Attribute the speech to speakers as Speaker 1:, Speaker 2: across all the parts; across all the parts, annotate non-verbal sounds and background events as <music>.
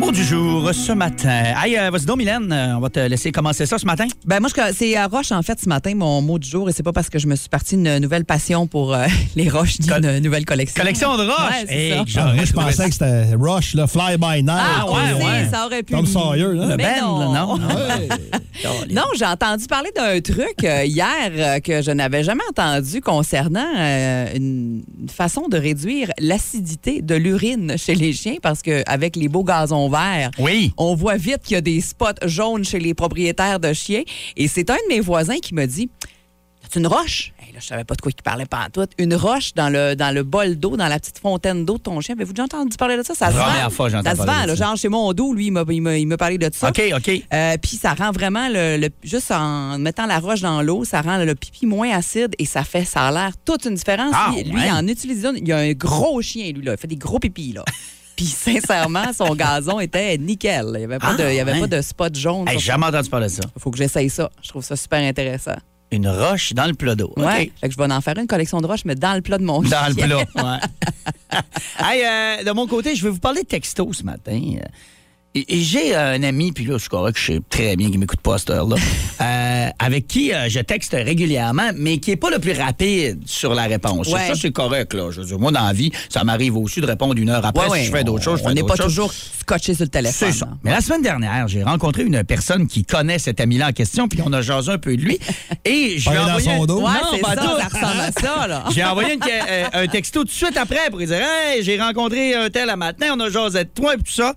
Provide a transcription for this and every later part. Speaker 1: Mot du jour ce matin. Hey, euh, vas-y donc, Mylène, euh, on va te laisser commencer ça ce matin.
Speaker 2: Ben moi, je- c'est à Roche, en fait, ce matin, mon mot du jour, et c'est pas parce que je me suis partie une nouvelle passion pour euh, <laughs> les roches ni
Speaker 1: Col-
Speaker 2: une nouvelle collection.
Speaker 1: Collection de roches.
Speaker 2: Ouais, c'est
Speaker 1: Hey,
Speaker 2: ça.
Speaker 1: j'aurais
Speaker 3: Ah, moi, je
Speaker 1: trouvé
Speaker 3: pensais que c'était Rush, le Fly by Night.
Speaker 2: Ah,
Speaker 1: Ah, ouais,
Speaker 2: on sait,
Speaker 1: ouais.
Speaker 2: ça aurait pu.
Speaker 3: Tom Sawyer, là.
Speaker 1: Le
Speaker 2: Mais
Speaker 1: Ben,
Speaker 2: non.
Speaker 1: là, non? non.
Speaker 2: Non, j'ai entendu parler d'un truc
Speaker 1: <laughs>
Speaker 2: euh, hier euh, que je n'avais jamais entendu concernant euh, une façon de réduire l'acidité de l'urine chez les chiens parce qu'avec les beaux gazons verts,
Speaker 1: Oui.
Speaker 2: on voit vite qu'il y a des spots jaunes chez les propriétaires de chiens. Et c'est un de mes voisins qui me dit C'est une roche. Hey, là, je savais pas de quoi il parlait pas tout. Une roche dans le, dans le bol d'eau, dans la petite fontaine d'eau de ton chien. Avez-vous déjà entendu parler de ça? Ça se
Speaker 1: Première
Speaker 2: vend.
Speaker 1: fois que j'entends
Speaker 2: ça se
Speaker 1: parler
Speaker 2: vend.
Speaker 1: de
Speaker 2: là.
Speaker 1: ça.
Speaker 2: Genre, chez mon doux, lui, il m'a- il m'a il m'a parlé de ça.
Speaker 1: OK, OK.
Speaker 2: Euh, puis ça rend vraiment le, le- juste en mettant la roche dans l'eau, ça rend le pipi moins acide et ça fait ça a l'air toute une différence.
Speaker 1: Ah,
Speaker 2: lui, lui,
Speaker 1: ouais.
Speaker 2: en utilisant, il a un gros chien lui là, il fait des gros pipis
Speaker 1: <laughs>
Speaker 2: là. Puis sincèrement, son gazon était nickel. Il n'y avait, pas,
Speaker 1: Ah,
Speaker 2: de, il y avait
Speaker 1: ouais.
Speaker 2: pas de spot jaune.
Speaker 1: Hey,
Speaker 2: Il
Speaker 1: j'ai jamais entendu parler de ça.
Speaker 2: Faut que j'essaye ça. Je trouve ça super intéressant.
Speaker 1: Une roche dans le plat d'eau. OK.
Speaker 2: Ouais. Fait que je vais en faire une collection de roches, mais dans le plat de mon chien.
Speaker 1: Dans le plat, <laughs> ouais. Hey, euh, de mon côté, je vais vous parler de texto ce matin. Euh, Et, et j'ai euh, un ami, puis là, je suis correct, je sais très bien qu'il m'écoute pas à cette
Speaker 2: <laughs>
Speaker 1: heure-là, euh, avec qui euh, je texte régulièrement, mais qui est pas le plus rapide sur la réponse.
Speaker 2: Ouais.
Speaker 1: Ça, c'est correct, là. Je veux dire, moi, dans la vie, ça m'arrive aussi de répondre une heure après.
Speaker 2: Ouais, ouais,
Speaker 1: si je fais d'autres choses, je
Speaker 2: on
Speaker 1: fais
Speaker 2: n'est
Speaker 1: d'autres
Speaker 2: pas
Speaker 1: choses.
Speaker 2: toujours scotché sur le téléphone.
Speaker 1: C'est ça.
Speaker 2: hein.
Speaker 1: Mais la semaine dernière, j'ai rencontré une personne qui connaît cet ami-là en question, puis on a jasé un peu de lui. Et je lui ai
Speaker 3: Pas dans
Speaker 1: envoyé
Speaker 3: son
Speaker 1: un-
Speaker 3: dos.
Speaker 2: Ouais,
Speaker 1: Non,
Speaker 2: c'est
Speaker 1: pas
Speaker 2: ça,
Speaker 1: tout.
Speaker 2: ça ressemble à ça, là.
Speaker 1: <laughs> J'ai envoyé une- euh, un texto tout de suite après pour lui dire Hey, j'ai rencontré un tel à matin, on a jasé de toi et tout ça.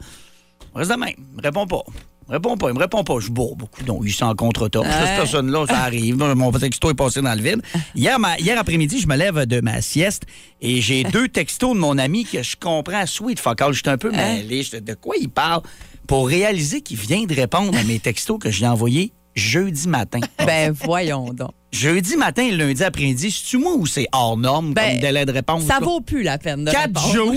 Speaker 1: Reste de même, il me répond pas. Il me Répond pas, il me répond pas. Je suis bon, beaucoup. Non, il s'en contre-top. Ça, Cette personne-là, ça arrive. Moi, Mon texto est passé dans le vide. Hier, ma- hier après-midi, je me lève de ma sieste et j'ai deux textos de mon ami que je comprends. Sweet fuck all, j'étais un peu mêlé. J'étais, De quoi il parle? Pour réaliser qu'il vient de répondre à mes textos que j'ai envoyés jeudi matin.
Speaker 2: Ben voyons donc.
Speaker 1: Jeudi matin et lundi après-midi, c'est-tu moi ou c'est hors norme
Speaker 2: Ben,
Speaker 1: comme délai de réponse?
Speaker 2: Ça
Speaker 1: là?
Speaker 2: vaut plus la peine de
Speaker 1: Quatre
Speaker 2: répondre. <laughs>
Speaker 1: jours,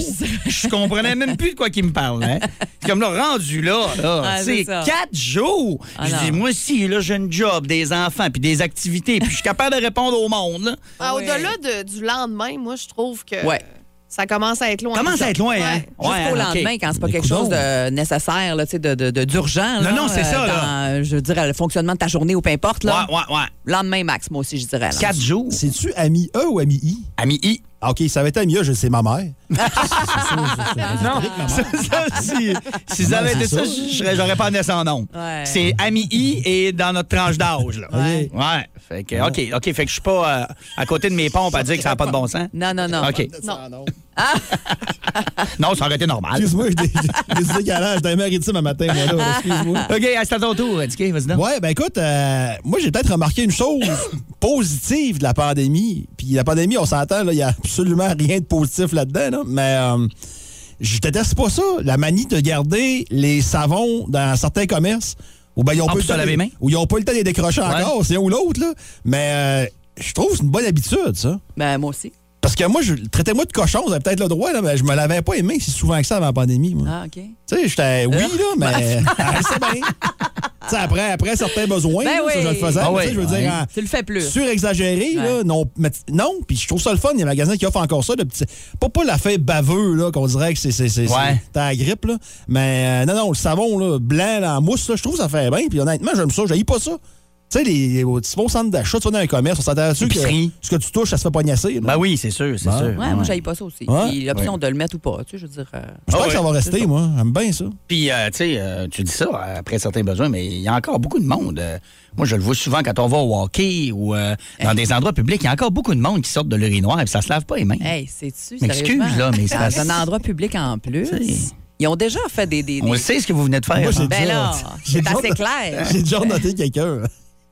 Speaker 1: je comprenais même plus de quoi qu'il me parlait. C'est Comme là, rendu là, là
Speaker 2: Ah,
Speaker 1: c'est
Speaker 2: c'est ça.
Speaker 1: quatre jours.
Speaker 2: Ah,
Speaker 1: je
Speaker 2: non.
Speaker 1: dis, moi si, là, j'ai une job, des enfants, puis des activités, puis je suis capable de répondre au monde. là.
Speaker 4: Ah,
Speaker 2: Ouais.
Speaker 4: Au-delà de- du lendemain, moi, je trouve que
Speaker 2: Ouais.
Speaker 4: ça commence à être loin.
Speaker 1: Commence à être loin, hein?
Speaker 4: Ouais.
Speaker 2: Jusqu'au
Speaker 1: Ouais, hein, OK.
Speaker 2: lendemain, quand c'est pas
Speaker 3: Mais
Speaker 2: quelque chose
Speaker 3: coudonc.
Speaker 2: de nécessaire, là, tu sais, de, de- de- d'urgent. là,
Speaker 1: non, c'est
Speaker 2: euh,
Speaker 1: ça, là.
Speaker 2: dans, euh, je veux dire, le fonctionnement de ta journée ou peu importe. Là.
Speaker 1: Ouais, ouais, ouais.
Speaker 2: Lendemain max, moi aussi, je dirais. là.
Speaker 1: Quatre jours.
Speaker 3: C'est-tu ami E ou ami I?
Speaker 1: Ami I.
Speaker 3: Ah, OK, ça va être ami E, je sais, ma mère.
Speaker 1: <laughs>
Speaker 3: C'est ça, c'est ça.
Speaker 2: Ah,
Speaker 1: Ça, ça, si si ça avait été ça, je- je- j'aurais pas amené son nom.
Speaker 2: Ouais.
Speaker 1: C'est ami I et dans notre tranche d'âge. là.
Speaker 3: Ouais.
Speaker 1: Ouais. Fait que, OK, OK. Fait que je suis pas euh, à côté de mes pompes à dire que ça n'a pas de bon sens.
Speaker 2: Non, non, non.
Speaker 1: OK.
Speaker 4: Non.
Speaker 1: Non, ça aurait été normal.
Speaker 3: Excuse-moi, j'ai des- j'ai des décalages dans les maritimes un matin, moi,
Speaker 1: Ah.
Speaker 3: là. Excuse-moi.
Speaker 1: OK, hey, c'est à ton tour, Dicky, vas-y donc.
Speaker 3: <laughs> Ouais, ben écoute, euh, moi j'ai peut-être remarqué
Speaker 1: <coughs>
Speaker 3: une chose positive de la pandémie. Puis la pandémie, on s'entend, là, il n'y a absolument rien de positif là-dedans, là. mais euh, je déteste pas ça. La manie de garder les savons dans certains commerces où ben, ils n'ont
Speaker 1: Ah,
Speaker 3: pas,
Speaker 1: pour
Speaker 3: le temps
Speaker 1: se laver
Speaker 3: de-
Speaker 1: les mains?
Speaker 3: où ils ont pas le temps de les décrocher
Speaker 1: Ouais.
Speaker 3: encore, c'est un ou l'autre, là. Mais euh, je trouve que c'est une bonne habitude, ça.
Speaker 2: Ben, moi aussi.
Speaker 3: Parce que moi, je traitez-moi de cochon, vous avez peut-être le droit, là, mais je me l'avais pas aimé si souvent que ça avant la pandémie. Moi.
Speaker 2: Ah, OK.
Speaker 3: Tu sais, j'étais
Speaker 1: Euh,
Speaker 3: oui, là,
Speaker 1: <laughs>
Speaker 3: <laughs> mais Ah, c'est bien. Tu sais, après, après certains besoins,
Speaker 2: Ben
Speaker 3: là, ça, je le
Speaker 2: oui.
Speaker 3: faisais.
Speaker 1: Ah
Speaker 3: mais tu sais,
Speaker 1: oui.
Speaker 3: je veux
Speaker 1: Ouais.
Speaker 3: dire, en
Speaker 2: Tu le fais plus.
Speaker 3: surexagéré, là, non, mais t- non, puis je trouve ça le fun, il y a des magasins qui offrent encore ça, de petits- pas, pas la fête baveux, là, qu'on dirait que c'est, c'est, c'est,
Speaker 1: Ouais.
Speaker 3: c'est- t'as la grippe, là, mais euh, non, non, le savon, là, blanc, là, en mousse, là, je trouve que ça fait bien, puis honnêtement, j'aime ça, je pas ça. Tu sais, les, les, au- tu vas au centre d'achat, tu vas dans un commerce, on s'attend dessus que
Speaker 1: Épicerie.
Speaker 3: ce que tu touches, ça se fait poignasser. là.
Speaker 1: Ben oui, c'est sûr, c'est
Speaker 3: Bon.
Speaker 1: sûr.
Speaker 2: Ouais, moi, j'aille pas ça aussi.
Speaker 3: Ouais.
Speaker 2: Puis l'option de le mettre ou pas, tu sais, je veux dire. euh,
Speaker 3: je pense
Speaker 1: Ah
Speaker 3: que ça
Speaker 1: ouais.
Speaker 3: va rester, moi, j'aime bien ça.
Speaker 1: Puis, euh, tu sais, euh, tu dis ça euh, après certains besoins, mais il y a encore beaucoup de monde. Euh, moi, je le vois souvent quand on va au hockey ou euh, dans des endroits publics, il y a encore beaucoup de monde qui sortent de l'urinoir et ça se lave pas les mains.
Speaker 2: Hey, c'est-tu,
Speaker 1: <laughs> M'excuse,
Speaker 2: sérieusement?
Speaker 1: là, mais c'est
Speaker 2: Dans
Speaker 1: pas-
Speaker 2: un endroit public en plus.
Speaker 1: sais.
Speaker 2: Ils ont déjà fait des. des,
Speaker 1: on
Speaker 2: des-
Speaker 1: le sait ce que vous venez de faire.
Speaker 3: Moi, j'ai
Speaker 1: hein?
Speaker 2: Ben
Speaker 3: déjà-
Speaker 2: là,
Speaker 3: <laughs> j'ai
Speaker 2: c'est
Speaker 3: déjà-
Speaker 2: assez clair.
Speaker 3: J'ai déjà noté quelqu'un. <laughs>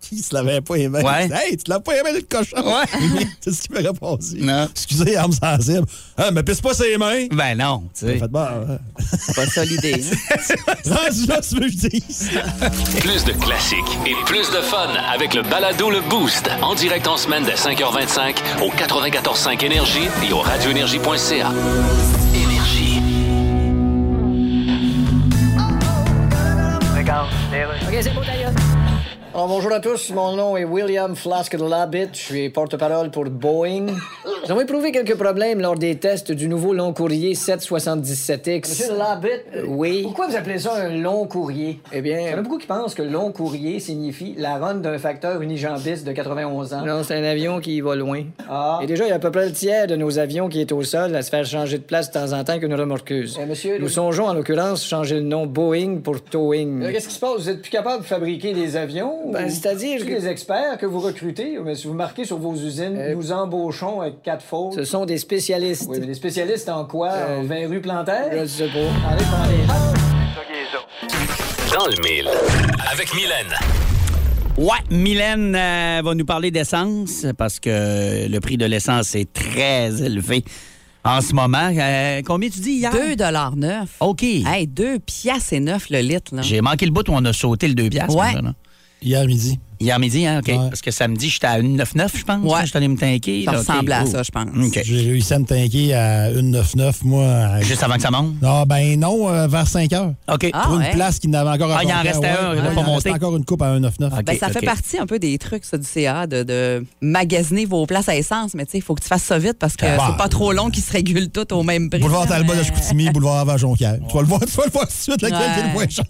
Speaker 3: qui se lavait pas les mains?
Speaker 1: Ouais.
Speaker 3: Hey, tu te laves pas les mains, le cochon! <laughs>
Speaker 1: Ouais.
Speaker 3: c'est ce qui m'aurait passé.
Speaker 1: Non.
Speaker 3: Excusez, arme sensible. Ah, mais pisse pas ses mains!
Speaker 1: Ben non, tu sais.
Speaker 3: Faites bon, euh,
Speaker 2: C'est pas ça l'idée. hein.
Speaker 3: <laughs> rendu là, tu veux que je dise?
Speaker 5: Plus de classiques et plus de fun avec le balado Le Boost. En direct en semaine dès 5h25 au 94.5 Énergie et au radioénergie.ca. Énergie.
Speaker 6: Alors, bonjour à tous, mon nom est William Flask de Labbit, je suis porte-parole pour Boeing. Nous avons éprouvé quelques problèmes lors des tests du nouveau long courrier 777X. Monsieur Labbit? oui. Pourquoi vous appelez ça un long courrier? Eh bien. Il y en a beaucoup qui pensent que long courrier signifie la run d'un facteur unijambiste de 91 ans. Non, c'est un avion qui va loin. Ah. Et déjà, il y a à peu près le tiers de nos avions qui est au sol à se faire changer de place de temps en temps qu'une remorqueuse. Eh, monsieur, nous songeons en l'occurrence changer le nom Boeing pour Towing. Euh, Qu'est-ce qui se passe? Vous êtes plus capable de fabriquer des avions? c'est-à-dire que... les experts que vous recrutez, mais si vous marquez sur vos usines, nous embauchons avec quatre fautes. Euh, Ce sont des spécialistes. Oui, mais des spécialistes en quoi? En 20 rues plantaires? Je sais pas.
Speaker 5: Dans le mille. Avec Mylène.
Speaker 1: <laughs> Ouais, Mylène euh, va nous parler d'essence parce que le prix de l'essence est très élevé en ce moment. Euh, combien tu dis hier?
Speaker 2: 2,9
Speaker 1: OK.
Speaker 2: Hey, 2 piastres et 9 le litre. Là.
Speaker 1: J'ai manqué le bout où on a sauté le 2 piastres.
Speaker 2: Ouais.
Speaker 1: comme ça, là.
Speaker 3: Hier midi.
Speaker 1: Hier midi, hein, OK.
Speaker 3: Ouais.
Speaker 1: Parce que samedi, j'étais à 1,99, je pense.
Speaker 2: Ouais.
Speaker 1: Je suis allé me tanker.
Speaker 2: Ça
Speaker 1: là, OK.
Speaker 2: ressemblait à
Speaker 1: Oh.
Speaker 2: ça, je pense.
Speaker 1: OK.
Speaker 3: J'ai réussi à me tanker à 1,99, moi. à-
Speaker 1: Juste avant que ça monte?
Speaker 3: Non, ben non, euh, vers 5 heures.
Speaker 1: OK.
Speaker 2: Ah,
Speaker 3: Pour une
Speaker 2: ouais.
Speaker 3: place qui n'avait encore à
Speaker 1: Ah, il en
Speaker 3: conquérir,
Speaker 1: restait un, il a
Speaker 3: Ouais,
Speaker 1: pas
Speaker 3: il en
Speaker 1: monté.
Speaker 3: restait encore une coupe à 1,99.
Speaker 1: OK.
Speaker 2: Ben, ça fait
Speaker 1: OK.
Speaker 2: partie un peu des trucs, ça, du CA, de, de magasiner vos places à essence, mais tu sais, il faut que tu fasses ça vite parce que
Speaker 3: Bah.
Speaker 2: c'est pas trop long qu'ils se régulent tout au même prix.
Speaker 3: Boulevard Talbot de Chicoutimi, boulevard avant Jonquière. Tu vas le voir, tu vas le voir tout de suite, lequel
Speaker 2: hein. Ouais.
Speaker 3: est le moins cher.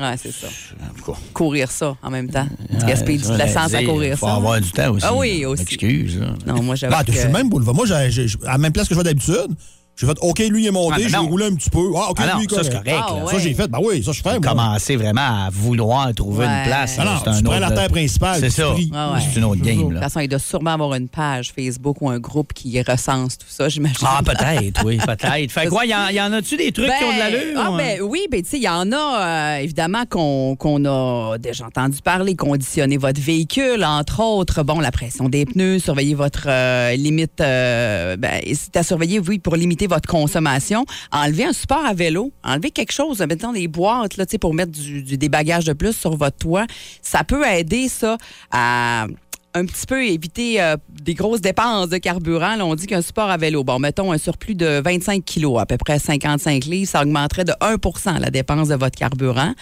Speaker 2: Ouais, c'est ça.
Speaker 1: En tout cas.
Speaker 2: Courir ça en même temps. Tu
Speaker 1: Ouais,
Speaker 2: gaspilles du-
Speaker 1: ça,
Speaker 2: de l'essence à
Speaker 1: dire,
Speaker 2: courir
Speaker 1: faut
Speaker 2: ça.
Speaker 1: avoir du temps aussi.
Speaker 2: Ah oui,
Speaker 1: là.
Speaker 2: aussi.
Speaker 1: Excuse. là.
Speaker 2: Non, moi, j'avoue
Speaker 3: Bah, t'es
Speaker 2: que-
Speaker 3: sur le même boulevard. Moi, j'ai- j'ai- à la même place que je vais d'habitude, j'ai fait OK, lui, il est
Speaker 1: Ah,
Speaker 3: monté,
Speaker 1: mais
Speaker 3: j'ai
Speaker 1: non.
Speaker 3: roulé un petit peu. Ah, OK,
Speaker 1: Ah non,
Speaker 3: lui,
Speaker 1: ça, c'est correct,
Speaker 2: Ah,
Speaker 1: là.
Speaker 2: ouais.
Speaker 3: Ça, j'ai fait. Ben oui, ça, je fais. moi.
Speaker 1: Commencer vraiment à vouloir trouver
Speaker 2: Ouais.
Speaker 1: une place.
Speaker 3: Ah
Speaker 1: là,
Speaker 3: non,
Speaker 1: c'est un
Speaker 3: tu prends
Speaker 1: autre-
Speaker 3: l'artère principale,
Speaker 1: C'est
Speaker 3: tu
Speaker 1: ça.
Speaker 3: pries.
Speaker 2: Ouais, ouais.
Speaker 1: C'est une autre game.
Speaker 2: De
Speaker 1: Là.
Speaker 2: toute façon, il doit sûrement avoir une page Facebook ou un groupe qui recense tout <laughs> ça, j'imagine.
Speaker 1: Ah, peut-être, oui, peut-être. Fait quoi, il y, en- y en a-tu des trucs qui ont de
Speaker 2: Ben,
Speaker 1: l'allure?
Speaker 2: ah, ben oui, ben tu sais, il y en a euh, évidemment qu'on qu'on a déjà entendu parler, conditionner votre véhicule, entre autres, bon, la pression des pneus, surveiller votre euh, limite, euh, ben, c'est à surveiller, oui, pour limiter votre consommation, enlever un support à vélo, enlever quelque chose, mettons des boîtes, là, tu sais, pour mettre du, du- des bagages de plus sur votre toit, ça peut aider, ça, à un petit peu éviter euh, des grosses dépenses de carburant. Là, on dit qu'un support à vélo, bon, mettons un surplus de 25 kilos, à peu près 55 livres, ça augmenterait de 1 la dépense de votre carburant.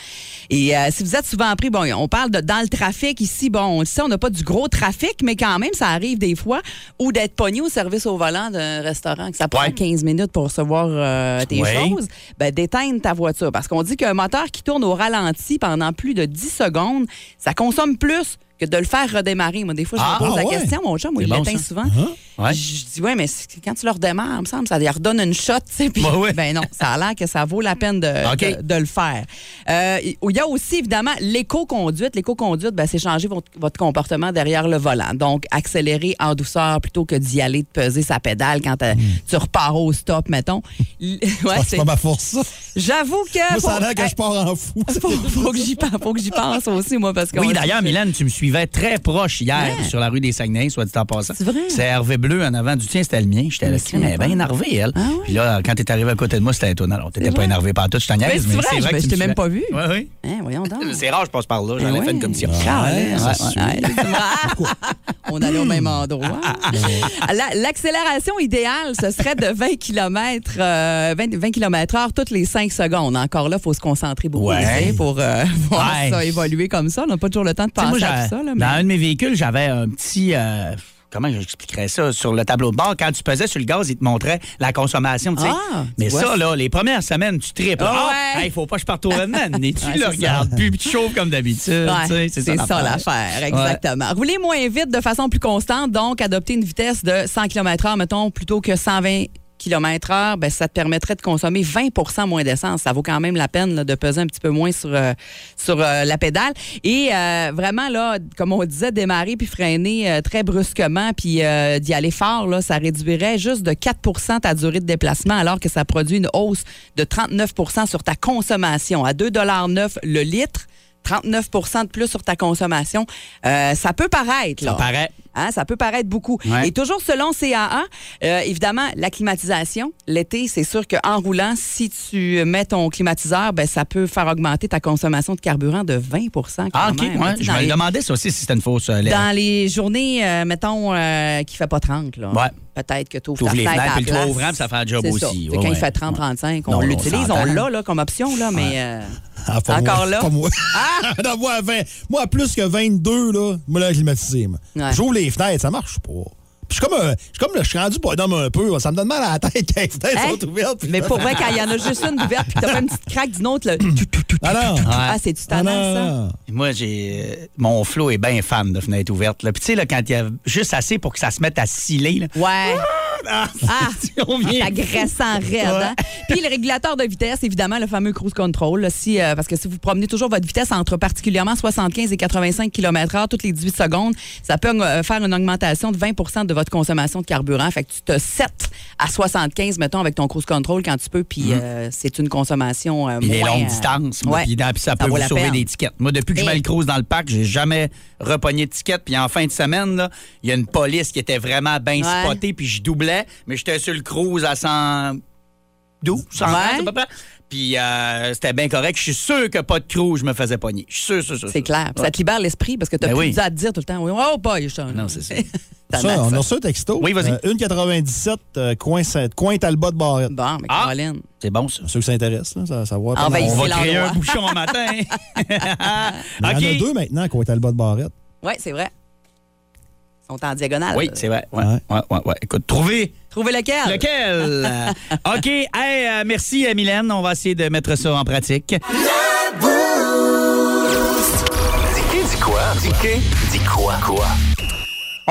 Speaker 2: Et euh, si vous êtes souvent pris, bon, on parle de dans le trafic ici, bon, on le sait, on n'a pas du gros trafic, mais quand même, ça arrive des fois, ou d'être pogné au service au volant d'un restaurant, que ça prend
Speaker 1: Ouais.
Speaker 2: 15 minutes pour recevoir euh, tes
Speaker 1: Ouais.
Speaker 2: choses, ben, d'éteindre ta voiture. Parce qu'on dit qu'un moteur qui tourne au ralenti pendant plus de 10 secondes, ça consomme plus que de le faire redémarrer. Moi, des fois, je
Speaker 1: Ah,
Speaker 2: me pose
Speaker 3: ah
Speaker 2: la
Speaker 3: ouais.
Speaker 2: question, mon chum, moi,
Speaker 1: C'est
Speaker 2: il
Speaker 1: bon,
Speaker 2: l'éteint
Speaker 1: ça. Uh-huh.
Speaker 2: souvent.
Speaker 1: Ouais.
Speaker 2: Je dis, ouais, mais c'est- quand tu le redémarres, il me semble, ça lui redonne une shot, tu sais. puis-
Speaker 1: Ouais, ouais.
Speaker 2: Ben non, ça a l'air que ça vaut la peine de,
Speaker 1: OK.
Speaker 2: de- de le faire. Euh, Il y a aussi, évidemment, l'éco-conduite. L'éco-conduite, ben, c'est changer votre, votre comportement derrière le volant. Donc, accélérer en douceur plutôt que d'y aller, de peser sa pédale quand euh, tu repars au stop, mettons. L- ouais,
Speaker 3: Hmm. Ah,
Speaker 2: c'est-
Speaker 3: c'est pas ma force, ça.
Speaker 2: J'avoue que.
Speaker 3: Moi, ça a
Speaker 2: faut-
Speaker 3: l'air que je pars en fou.
Speaker 2: faut, faut que j'y pense, faut que j'y pense aussi, moi, parce que.
Speaker 1: Oui, d'ailleurs, Mylène, tu me suivais très proche hier
Speaker 2: Ouais.
Speaker 1: sur la rue des Saguenay, soit dit en passant.
Speaker 2: C'est vrai?
Speaker 1: C'est Hervé Bleu en avant du tien, c'était le mien. J'étais là,
Speaker 2: c'est
Speaker 1: mais bien
Speaker 2: bon.
Speaker 1: énervé, elle.
Speaker 2: Ah ouais?
Speaker 1: Puis là, quand t'es arrivé à côté de moi, c'était étonnant. Alors, t'étais pas
Speaker 2: vrai?
Speaker 1: énervé par tout, je t'en
Speaker 2: Mais
Speaker 1: niaise,
Speaker 2: c'est vrai, je-
Speaker 1: que
Speaker 2: je
Speaker 1: tu
Speaker 2: t'ai
Speaker 1: me
Speaker 2: même
Speaker 1: suivais.
Speaker 2: pas vu.
Speaker 1: Oui, oui.
Speaker 2: Hein, voyons donc.
Speaker 1: C'est rare, je passe par là. J'en ai
Speaker 2: Ben
Speaker 1: fait une
Speaker 2: ouais.
Speaker 1: commission.
Speaker 2: Calais,
Speaker 1: Ouais,
Speaker 2: ça
Speaker 1: ouais,
Speaker 2: se
Speaker 1: ouais. <laughs>
Speaker 2: suit. On allait au même endroit.
Speaker 1: Ah.
Speaker 2: La- L'accélération idéale, ce serait de euh, 20 km, 20, km heure toutes les 5 secondes. Encore là, il faut se concentrer beaucoup
Speaker 1: Ouais.
Speaker 2: tu sais, pour euh, <laughs> voir
Speaker 1: Ouais.
Speaker 2: ça évoluer comme ça. On n'a pas toujours le temps de
Speaker 1: Tu sais, moi,
Speaker 2: penser à
Speaker 1: j'avais-
Speaker 2: tout ça. là, mais-
Speaker 1: Dans un de mes véhicules, j'avais un petit. euh, Comment j'expliquerais ça? Sur le tableau de bord, quand tu pesais sur le gaz, il te montrait la consommation. tu sais.
Speaker 2: Ah,
Speaker 1: Mais
Speaker 2: tu vois.
Speaker 1: ça, là, les premières semaines, tu tripes.
Speaker 2: Ah
Speaker 1: Ah,
Speaker 2: ouais.
Speaker 1: hey, faut pas que je parte au
Speaker 2: <laughs>
Speaker 1: Redman. Et tu
Speaker 2: Ouais,
Speaker 1: le
Speaker 2: c'est
Speaker 1: regardes, plus puis tu chauffes comme d'habitude. tu sais,
Speaker 2: Ouais, c'est ça l'affaire, exactement. Rouler moins vite de façon plus constante, donc adopter une vitesse de 100 km/h, mettons, plutôt que 120 km/h, ben, ça te permettrait de consommer 20 moins d'essence. Ça vaut quand même la peine là, de peser un petit peu moins sur, euh, sur euh, la pédale. Et euh, vraiment, là, comme on disait, démarrer puis freiner euh, très brusquement puis euh, d'y aller fort, là, ça réduirait juste de 4 ta durée de déplacement, alors que ça produit une hausse de 39 sur ta consommation. À 2,9 le litre, 39 de plus sur ta consommation. Euh, ça peut paraître, là.
Speaker 1: Ça paraît.
Speaker 2: Hein, ça peut paraître beaucoup.
Speaker 1: Ouais.
Speaker 2: Et toujours selon CAA, euh, évidemment, la climatisation, l'été, c'est sûr qu'en roulant, si tu mets ton climatiseur, ben, ça peut faire augmenter ta consommation de carburant de 20 quand
Speaker 1: Ah, OK,
Speaker 2: même.
Speaker 1: ouais,
Speaker 2: Tu sais,
Speaker 1: Je
Speaker 2: dans
Speaker 1: me
Speaker 2: les-
Speaker 1: le demandais, ça aussi, si c'était une fausse euh, lettre.
Speaker 2: Dans les journées, euh, mettons, euh, qui fait pas 30, là.
Speaker 1: Ouais.
Speaker 2: Peut-être que tu ouvres
Speaker 1: T'ouvres les
Speaker 2: fenêtre,
Speaker 1: fenêtres,
Speaker 2: à
Speaker 1: puis le toit
Speaker 2: place.
Speaker 1: ouvrant, puis ça fait un job
Speaker 2: C'est
Speaker 1: aussi.
Speaker 2: ça.
Speaker 1: Ouais,
Speaker 2: Fait quand il
Speaker 1: ouais.
Speaker 2: fait 30, 35,
Speaker 1: Non,
Speaker 2: on
Speaker 1: on
Speaker 2: l'utilise, on
Speaker 1: s'entend.
Speaker 2: l'a, là, comme option, là, mais. euh,
Speaker 3: <laughs> Ah, pas
Speaker 2: Encore
Speaker 3: moi.
Speaker 2: là?
Speaker 3: Pas moi. <laughs> Non, moi, à 20 moi, à plus que 22, là, moi, là, climatisé. moi.
Speaker 2: Ouais.
Speaker 3: J'ouvre les fenêtres, ça marche pas. Puis je suis comme, un- je suis comme, le- je suis rendu bonhomme un peu. Ça me donne mal à la tête quand les fenêtres
Speaker 2: hein?
Speaker 3: sont ouvertes. puis
Speaker 2: Mais
Speaker 3: je-
Speaker 2: pour vrai, quand il y en a juste une ouverte, puis que t'as pas une petite craque d'une autre, là. tout, tout, tout,
Speaker 3: Ah non.
Speaker 2: Ah, c'est du
Speaker 3: Ah
Speaker 2: talent, ça.
Speaker 3: non.
Speaker 1: Moi, j'ai. euh, Mon flot est bien fan de fenêtres ouvertes. là. Puis tu sais, là, quand il y a juste assez pour que ça se mette à sciller, là. <laughs>
Speaker 2: Ouais.
Speaker 1: Ah,
Speaker 2: Ah,
Speaker 1: on vient.
Speaker 2: agressant raide. hein? Puis le régulateur de vitesse, évidemment, le fameux cruise control. là, si, euh, parce que si vous promenez toujours votre vitesse entre particulièrement 75 et 85 km/h toutes les 18 secondes, ça peut euh, faire une augmentation de 20 de votre consommation de carburant. Fait que tu te 7 à 75, mettons, avec ton cruise control quand tu peux. Puis euh, c'est une consommation euh,
Speaker 1: Mm-hmm. Puis les
Speaker 2: moins,
Speaker 1: longues
Speaker 2: euh,
Speaker 1: distances, moi,
Speaker 2: ouais,
Speaker 1: puis dans- puis ça, peut
Speaker 2: vaut
Speaker 1: vous
Speaker 2: la
Speaker 1: sauver
Speaker 2: peine.
Speaker 1: des tickets. Moi, depuis que je
Speaker 2: Et-
Speaker 1: mets le cruise dans le parc, j'ai jamais repogné de ticket. Puis en fin de semaine, là, il y a une police qui était vraiment bien
Speaker 2: Ouais.
Speaker 1: spotée, puis je doublais, mais j'étais sur le cruise à 112, 120
Speaker 2: Ouais.
Speaker 1: à peu près. Puis euh, c'était bien correct. Je suis sûr que pas de cruise, je me faisais pogner. Je suis sûr, sûr, sûr.
Speaker 2: C'est
Speaker 1: sûr.
Speaker 2: clair. Puis Ça te libère l'esprit parce que tu
Speaker 1: Ben
Speaker 2: plus
Speaker 1: oui.
Speaker 2: à te dire tout le temps. Oh boy, je suis un-
Speaker 1: Non, c'est ça.
Speaker 2: T'as
Speaker 3: Ça,
Speaker 2: mal,
Speaker 3: on
Speaker 2: ça.
Speaker 3: a reçu un texto.
Speaker 1: Oui, vas-y.
Speaker 3: 1,97, euh, coin, Saint- coin Talbot-Barrette.
Speaker 2: Bon, mais
Speaker 1: Ah!
Speaker 2: Caroline.
Speaker 1: C'est bon,
Speaker 2: <laughs>
Speaker 1: ça.
Speaker 3: Ceux qui s'intéressent, là, ça, ça va. pas
Speaker 2: Ah, ben,
Speaker 3: mal.
Speaker 2: ici,
Speaker 1: On va
Speaker 2: l'endroit.
Speaker 1: créer un bouchon en
Speaker 2: <laughs>
Speaker 1: matin. <laughs>
Speaker 3: Mais Il y en a
Speaker 1: OK.
Speaker 3: deux maintenant, coin Talbot-Barrette.
Speaker 2: Oui, c'est vrai. Ils sont en diagonale.
Speaker 1: Oui, c'est vrai. Ouais,
Speaker 3: Ouais.
Speaker 1: ouais, ouais, ouais. Écoute, trouvez
Speaker 2: Trouvez lequel?
Speaker 1: Lequel?
Speaker 3: <laughs>
Speaker 1: Euh, OK. Hey, euh, merci, euh, Mylène. On va essayer de mettre ça en pratique.
Speaker 5: Dis dis quoi? Dis qui? Dis quoi? Quoi?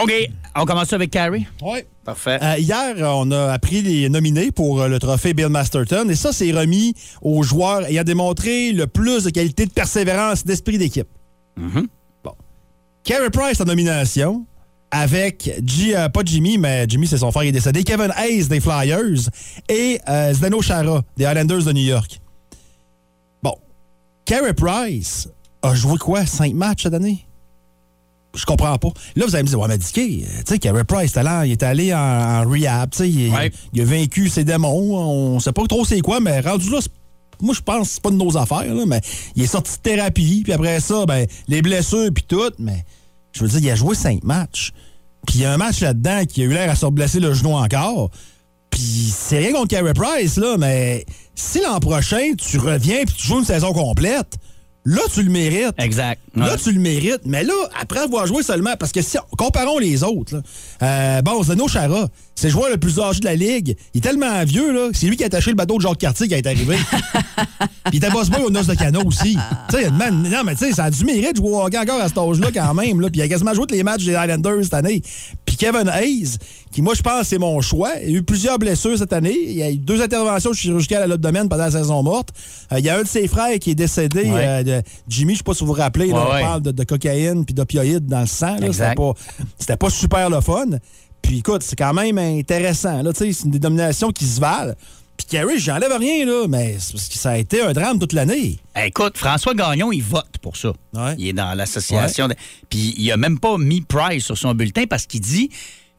Speaker 1: OK. On commence ça avec Carrie.
Speaker 3: Oui.
Speaker 1: Parfait.
Speaker 3: Euh, hier, euh, on a appris les nominés pour euh, le trophée Bill Masterton. Et ça, c'est remis aux joueurs ayant démontré le plus de qualité de persévérance d'esprit d'équipe. Bon. Carey Price en nomination avec, G- euh, pas Jimmy, mais Jimmy, c'est son frère, il est décédé. Kevin Hayes des Flyers et euh, Zdeno Chara des Islanders de New York. Bon. Carey Price a joué quoi? Cinq matchs cette année? je comprends pas. Là, vous allez me dire, ouais, mais Dicky, euh, tu sais, Carey Price, t'as l'air- il est allé en, en rehab, tu sais, il,
Speaker 1: Ouais.
Speaker 3: il a vaincu ses démons, on sait pas trop c'est quoi, mais rendu là, c'est- moi, je pense que c'est pas de nos affaires, là, mais il est sorti de thérapie, puis après ça, ben, les blessures, puis tout, mais je veux dire, il a joué cinq matchs. Puis il y a un match là-dedans qui a eu l'air à se blesser le genou encore. Puis c'est rien contre Carey Price, là, mais si l'an prochain, tu reviens puis tu joues une saison complète, là, tu le mérites.
Speaker 1: Exact.
Speaker 3: Là,
Speaker 1: Ouais.
Speaker 3: tu le mérites. Mais là, après avoir joué seulement, parce que si, comparons les autres. là. Euh, bon, Zeno Chara, c'est le joueur le plus âgé de la ligue. Il est tellement vieux, là. C'est lui qui a attaché le bateau de Jacques Cartier qui
Speaker 1: <laughs>
Speaker 3: est arrivé. Puis il était boss boy au noce de canot aussi. Tu sais, man, non, mais tu sais, ça a du mérite de jouer au hockey encore à cet âge-là quand même. Là. Puis il a quasiment joué tous les matchs des Islanders cette année. Puis Kevin Hayes, qui moi je pense c'est mon choix, il a eu plusieurs blessures cette année. Il y a eu deux interventions chirurgicales à l'abdomen pendant la saison morte. Euh, il y a un de ses frères qui est décédé,
Speaker 1: Ouais.
Speaker 3: euh, de- Jimmy, je sais pas si vous vous rappelez,
Speaker 1: Ouais,
Speaker 3: là, on
Speaker 1: ouais.
Speaker 3: parle de, de cocaïne puis d'opioïdes dans le sang. là. C'était
Speaker 1: Exact.
Speaker 3: pas, c'était pas super le fun. Puis écoute, c'est quand même intéressant. Là, tu sais, c'est une dénomination qui se valent. Puis Carrie, j'enlève rien, là, mais c'est parce que ça a été un drame toute l'année.
Speaker 1: Hey, écoute, François Gagnon, il vote pour ça.
Speaker 3: Ouais.
Speaker 1: Il est dans l'association. de- Puis il a même pas mis Price sur son bulletin parce qu'il dit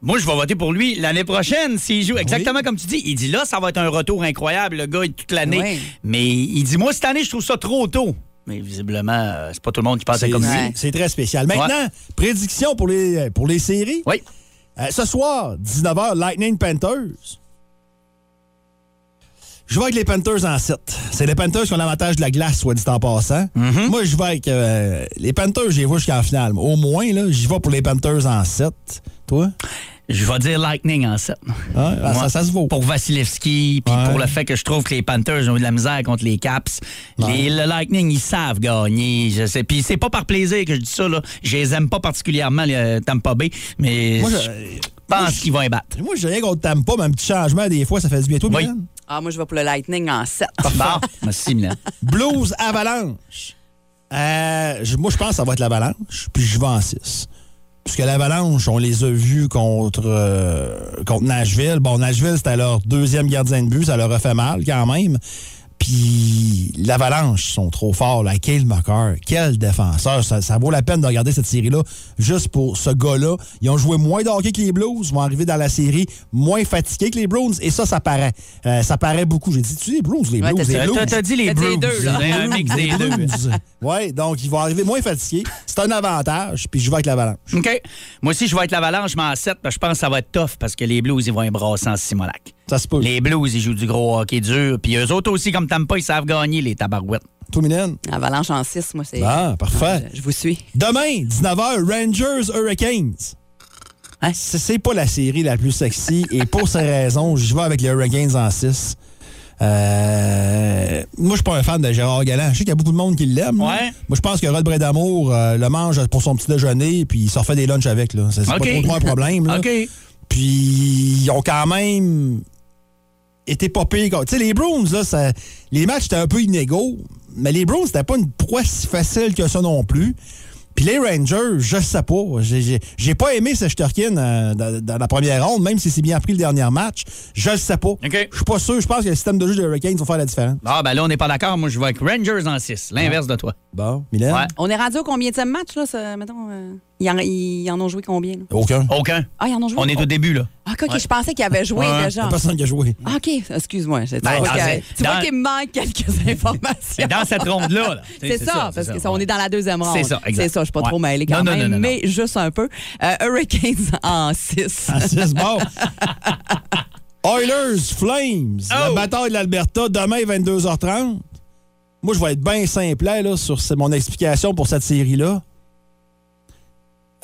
Speaker 1: Moi, je vais voter pour lui l'année prochaine s'il joue. Exactement comme tu dis. Il dit Là, ça va être un retour incroyable. Le gars, est toute l'année.
Speaker 2: Ouais.
Speaker 1: Mais il dit Moi, cette année, je trouve ça trop tôt. Mais visiblement, euh, c'est pas tout le monde qui pensait comme
Speaker 3: C'est-
Speaker 1: lui.
Speaker 3: C'est très spécial. Maintenant, prédiction pour les, pour les séries.
Speaker 1: Oui.
Speaker 3: Euh, ce soir, 19h, Lightning Panthers. Je vais avec les Panthers en 7. C'est les Panthers qui ont l'avantage de la glace, soit dit en passant.
Speaker 1: Mm-hmm.
Speaker 3: Moi, je vais avec euh, les Panthers, j'y vais jusqu'en finale. Au moins, là, j'y vais pour les Panthers en 7. Toi?
Speaker 1: Je vais dire Lightning en 7.
Speaker 3: Hein? Ah, ça, ça se vaut.
Speaker 1: Pour Vasilevski, puis
Speaker 3: Ouais.
Speaker 1: pour le fait que je trouve que les Panthers ont eu de la misère contre les Caps. Les, le Lightning, ils savent gagner. Je sais. Puis c'est pas par plaisir que je dis ça. Là. Je les aime pas particulièrement, les euh, Tampa Bay, mais
Speaker 3: Moi,
Speaker 1: je,
Speaker 3: je-
Speaker 1: pense qu'ils vont les battre.
Speaker 3: Moi, j'ai rien contre Tampa, mais un petit changement, des fois, ça fait du bien. Toi,
Speaker 1: Oui.
Speaker 3: Mylène?
Speaker 2: Ah, moi, je vais pour le Lightning en 7.
Speaker 1: Bon, merci, Milan.
Speaker 3: Blues Avalanche. Euh, je- moi, je pense que ça va être l'Avalanche, puis je vais en 6. Puisque l'Avalanche, on les a vus contre, euh, contre Nashville. Bon, Nashville, c'était leur deuxième gardien de but, ça leur a fait mal quand même. Puis l'Avalanche sont trop forts. Là. Quel marqueur, quel défenseur. Ça, ça vaut la peine de regarder cette série-là juste pour ce gars-là. Ils ont joué moins d'hockey que les Blues, vont arriver dans la série moins fatigués que les Browns. Et ça, ça paraît. Euh, ça paraît beaucoup. J'ai dit, tu les Blues, les
Speaker 2: Ouais,
Speaker 3: Blues,
Speaker 2: t'as
Speaker 3: les
Speaker 2: dit-
Speaker 3: Blues.
Speaker 1: T'as t'as dit les
Speaker 2: T'as dit les
Speaker 1: Blues.
Speaker 2: deux, là.
Speaker 1: C'est un mix des deux.
Speaker 3: Oui, donc ils vont arriver moins fatigués. C'est un avantage, puis je vais avec l'avalanche.
Speaker 1: OK. Moi aussi, je vais être l'avalanche, mais en 7, parce que je pense que ça va être tough parce que les Blues, ils vont embrasser en Simonac.
Speaker 3: Ça se peut.
Speaker 1: Les Blues, ils jouent du gros hockey dur. Puis eux autres aussi, comme Tampa, ils savent gagner, les tabarouettes.
Speaker 3: Toi, Mylène?
Speaker 2: Avalanche en 6, moi, c'est.
Speaker 3: Ah, parfait.
Speaker 2: Je, je vous suis.
Speaker 3: Demain, 19h, Rangers Hurricanes.
Speaker 2: Hein?
Speaker 3: C'est c'est pas la série la plus sexy et pour ces raisons, je vais avec les Hurricanes en 6. moi, je suis pas un fan de Gérard Galland. Je sais qu'il y a beaucoup de monde qui l'aime. là.
Speaker 1: Ouais.
Speaker 3: Moi, je pense que Rod Bredamour euh, le mange pour son petit déjeuner puis il s'en fait des lunchs avec. là. C'est c'est
Speaker 1: OK.
Speaker 3: pas trop, trop un problème. là.
Speaker 1: <laughs> OK.
Speaker 3: Puis ils ont quand même été pas pires. contre- Tu sais, les Browns, là, ça- les matchs étaient un peu inégaux, mais les Browns, c'était pas une proie si facile que ça non plus. Puis les Rangers, je sais pas. J'ai- J'ai j'ai pas aimé Sechterkin euh, dans, dans la première ronde, même si c'est bien pris le dernier match. Je le sais pas.
Speaker 1: OK.
Speaker 3: Je suis pas sûr. Je pense que le système de jeu des Hurricanes va faire la différence.
Speaker 1: Ah, ben là, on n'est pas d'accord. Moi, je vais avec Rangers en 6. L'inverse de toi.
Speaker 3: Bon, Mylène?
Speaker 1: Ouais.
Speaker 2: On est rendu au combien de match, là? Ça, mettons, euh, ils, en, ils en ont joué combien, là?
Speaker 3: Aucun.
Speaker 1: Aucun.
Speaker 2: Ah, ils en ont joué.
Speaker 1: On est au début, là.
Speaker 2: Ah, OK, OK, je pensais qu'ils avaient joué
Speaker 3: Ouais. Y
Speaker 2: déjà.
Speaker 3: a personne qui a joué.
Speaker 2: Ah, OK, excuse-moi. je- Tu
Speaker 1: Ben,
Speaker 2: vois
Speaker 1: dans
Speaker 2: que-
Speaker 1: un-
Speaker 2: tu vois
Speaker 1: dans-
Speaker 2: qu'il me manque
Speaker 1: <laughs>
Speaker 2: quelques informations.
Speaker 1: C'est dans cette ronde-là. là.
Speaker 2: <laughs> C'est ça, parce qu'on est dans la deuxième ronde.
Speaker 1: C'est ça, exact.
Speaker 2: C'est ça, je suis pas trop
Speaker 1: Ouais.
Speaker 2: mêlée quand
Speaker 1: Non, non,
Speaker 2: même,
Speaker 1: non, non, non.
Speaker 2: mais juste un peu. Euh, Hurricanes en 6.
Speaker 3: En six, bon. Oilers, Flames, la
Speaker 1: Oh!
Speaker 3: bataille de l'Alberta, demain 22h30. Moi, je vais être bien simple là, sur ce- mon explication pour cette série-là.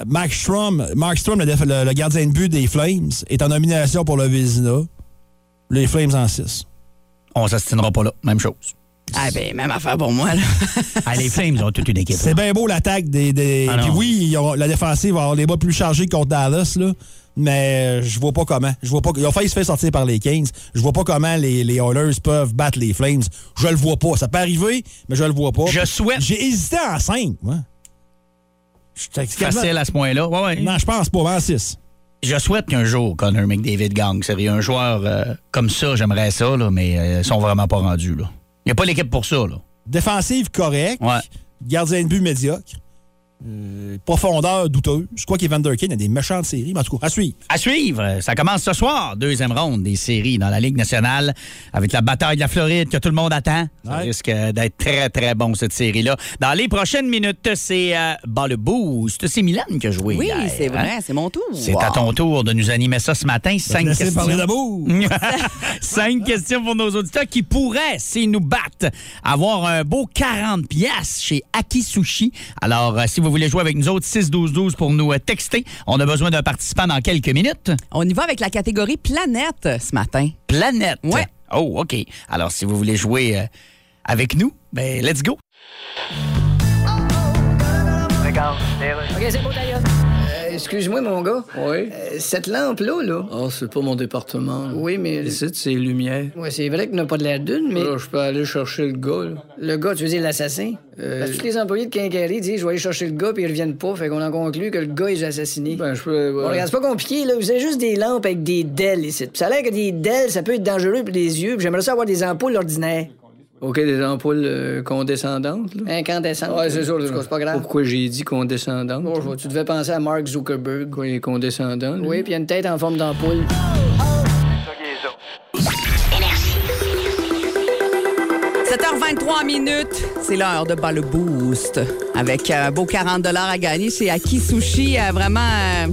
Speaker 3: Mark Strom, Mark Strom, le, déf- le- le gardien de but des Flames, est en nomination pour le Vézina. Les Flames en 6.
Speaker 1: On s'astinera pas là. Même <laughs> chose.
Speaker 2: Ah, ben, même affaire pour moi, là.
Speaker 1: Ah, les Flames ont toute une équipe.
Speaker 3: C'est bien beau l'attaque des. des-
Speaker 1: Ah non.
Speaker 3: Puis oui, ils ont- la défensive va avoir les bas plus chargés contre Dallas, là. Mais je vois pas comment. Je vois pas. Ils ont failli se faire sortir par les Kings. Je vois pas comment les, les Oilers peuvent battre les Flames. Je le vois pas. Ça peut arriver, mais je le vois pas.
Speaker 1: Je souhaite.
Speaker 3: J'ai hésité en 5, moi. J'étais
Speaker 1: Facile à ce point-là. Ouais, ouais.
Speaker 3: Non, je pense pas. En 6.
Speaker 1: Je souhaite qu'un jour, Connor McDavid gang. Sérieux, un joueur euh, comme ça, j'aimerais ça, là, mais euh, ils sont vraiment pas rendus. là. Il n'y a pas l'équipe pour ça. Là.
Speaker 3: Défensive correcte.
Speaker 1: Ouais.
Speaker 3: Gardien de but médiocre. Euh, profondeur douteuse. Je crois qu'Evander Kane a des méchantes séries, mais en tout cas, à suivre.
Speaker 1: À suivre, ça commence ce soir, deuxième ronde des séries dans la Ligue nationale, avec la bataille de la Floride que tout le monde attend. Ça
Speaker 3: Ouais.
Speaker 1: risque d'être très, très bon, cette série-là. Dans les prochaines minutes, c'est euh, Bas le Boost. C'est Milan qui a joué.
Speaker 2: Oui,
Speaker 1: hier,
Speaker 2: c'est vrai,
Speaker 1: hein?
Speaker 2: c'est mon tour.
Speaker 1: C'est à ton tour de nous animer ça ce matin. Cinq
Speaker 3: Laissez
Speaker 1: questions.
Speaker 3: parler d'amour.
Speaker 1: <laughs> Cinq questions pour nos auditeurs qui pourraient, s'ils nous battent, avoir un beau 40 pièces chez Aki Sushi. Alors, euh, si vous voulez jouer avec nous autres, 6-12-12 pour nous euh, texter. On a besoin d'un participant dans quelques minutes.
Speaker 2: On y va avec la catégorie planète euh, ce matin.
Speaker 1: Planète.
Speaker 2: Ouais.
Speaker 1: Oh, OK. Alors, si vous voulez jouer euh, avec nous, ben, let's go.
Speaker 6: Euh, Excuse-moi, mon gars.
Speaker 7: Oui.
Speaker 6: Euh, Cette lampe-là, là.
Speaker 7: Oh, c'est pas mon département. là.
Speaker 6: Oui, mais.
Speaker 7: Ici, c'est lumière.
Speaker 6: Ouais, c'est vrai qu'il n'a pas de l'air d'une, mais.
Speaker 7: Là, je peux aller chercher le gars, là.
Speaker 6: Le gars, tu veux dire l'assassin? Euh, Parce que tous les employés de Quincaillerie disent Je vais aller chercher le gars, puis ils reviennent pas. Fait qu'on en conclut que le gars, il est assassiné.
Speaker 7: Ben, je peux...
Speaker 6: Bon, regarde, c'est pas compliqué, là. Vous avez juste des lampes avec des DEL ici. Puis ça a l'air que des DEL, ça peut être dangereux pour les yeux. Puis j'aimerais ça avoir des ampoules ordinaires.
Speaker 7: OK, des ampoules euh, condescendantes, là.
Speaker 6: Incandescentes.
Speaker 7: Ouais, c'est ça.
Speaker 6: En
Speaker 7: là.
Speaker 6: tout cas, c'est pas grave.
Speaker 7: Pourquoi j'ai dit condescendantes?
Speaker 6: Bon, je vois, tu devais penser à Mark Zuckerberg.
Speaker 7: Pourquoi il est condescendant, lui?
Speaker 6: Oui, puis il y a une tête en forme d'ampoule.
Speaker 8: Énergie.
Speaker 2: 7h23 minutes, c'est l'heure de bas le boost. Avec euh, un beau 40 à gagner chez Aki Sushi. euh, vraiment, euh,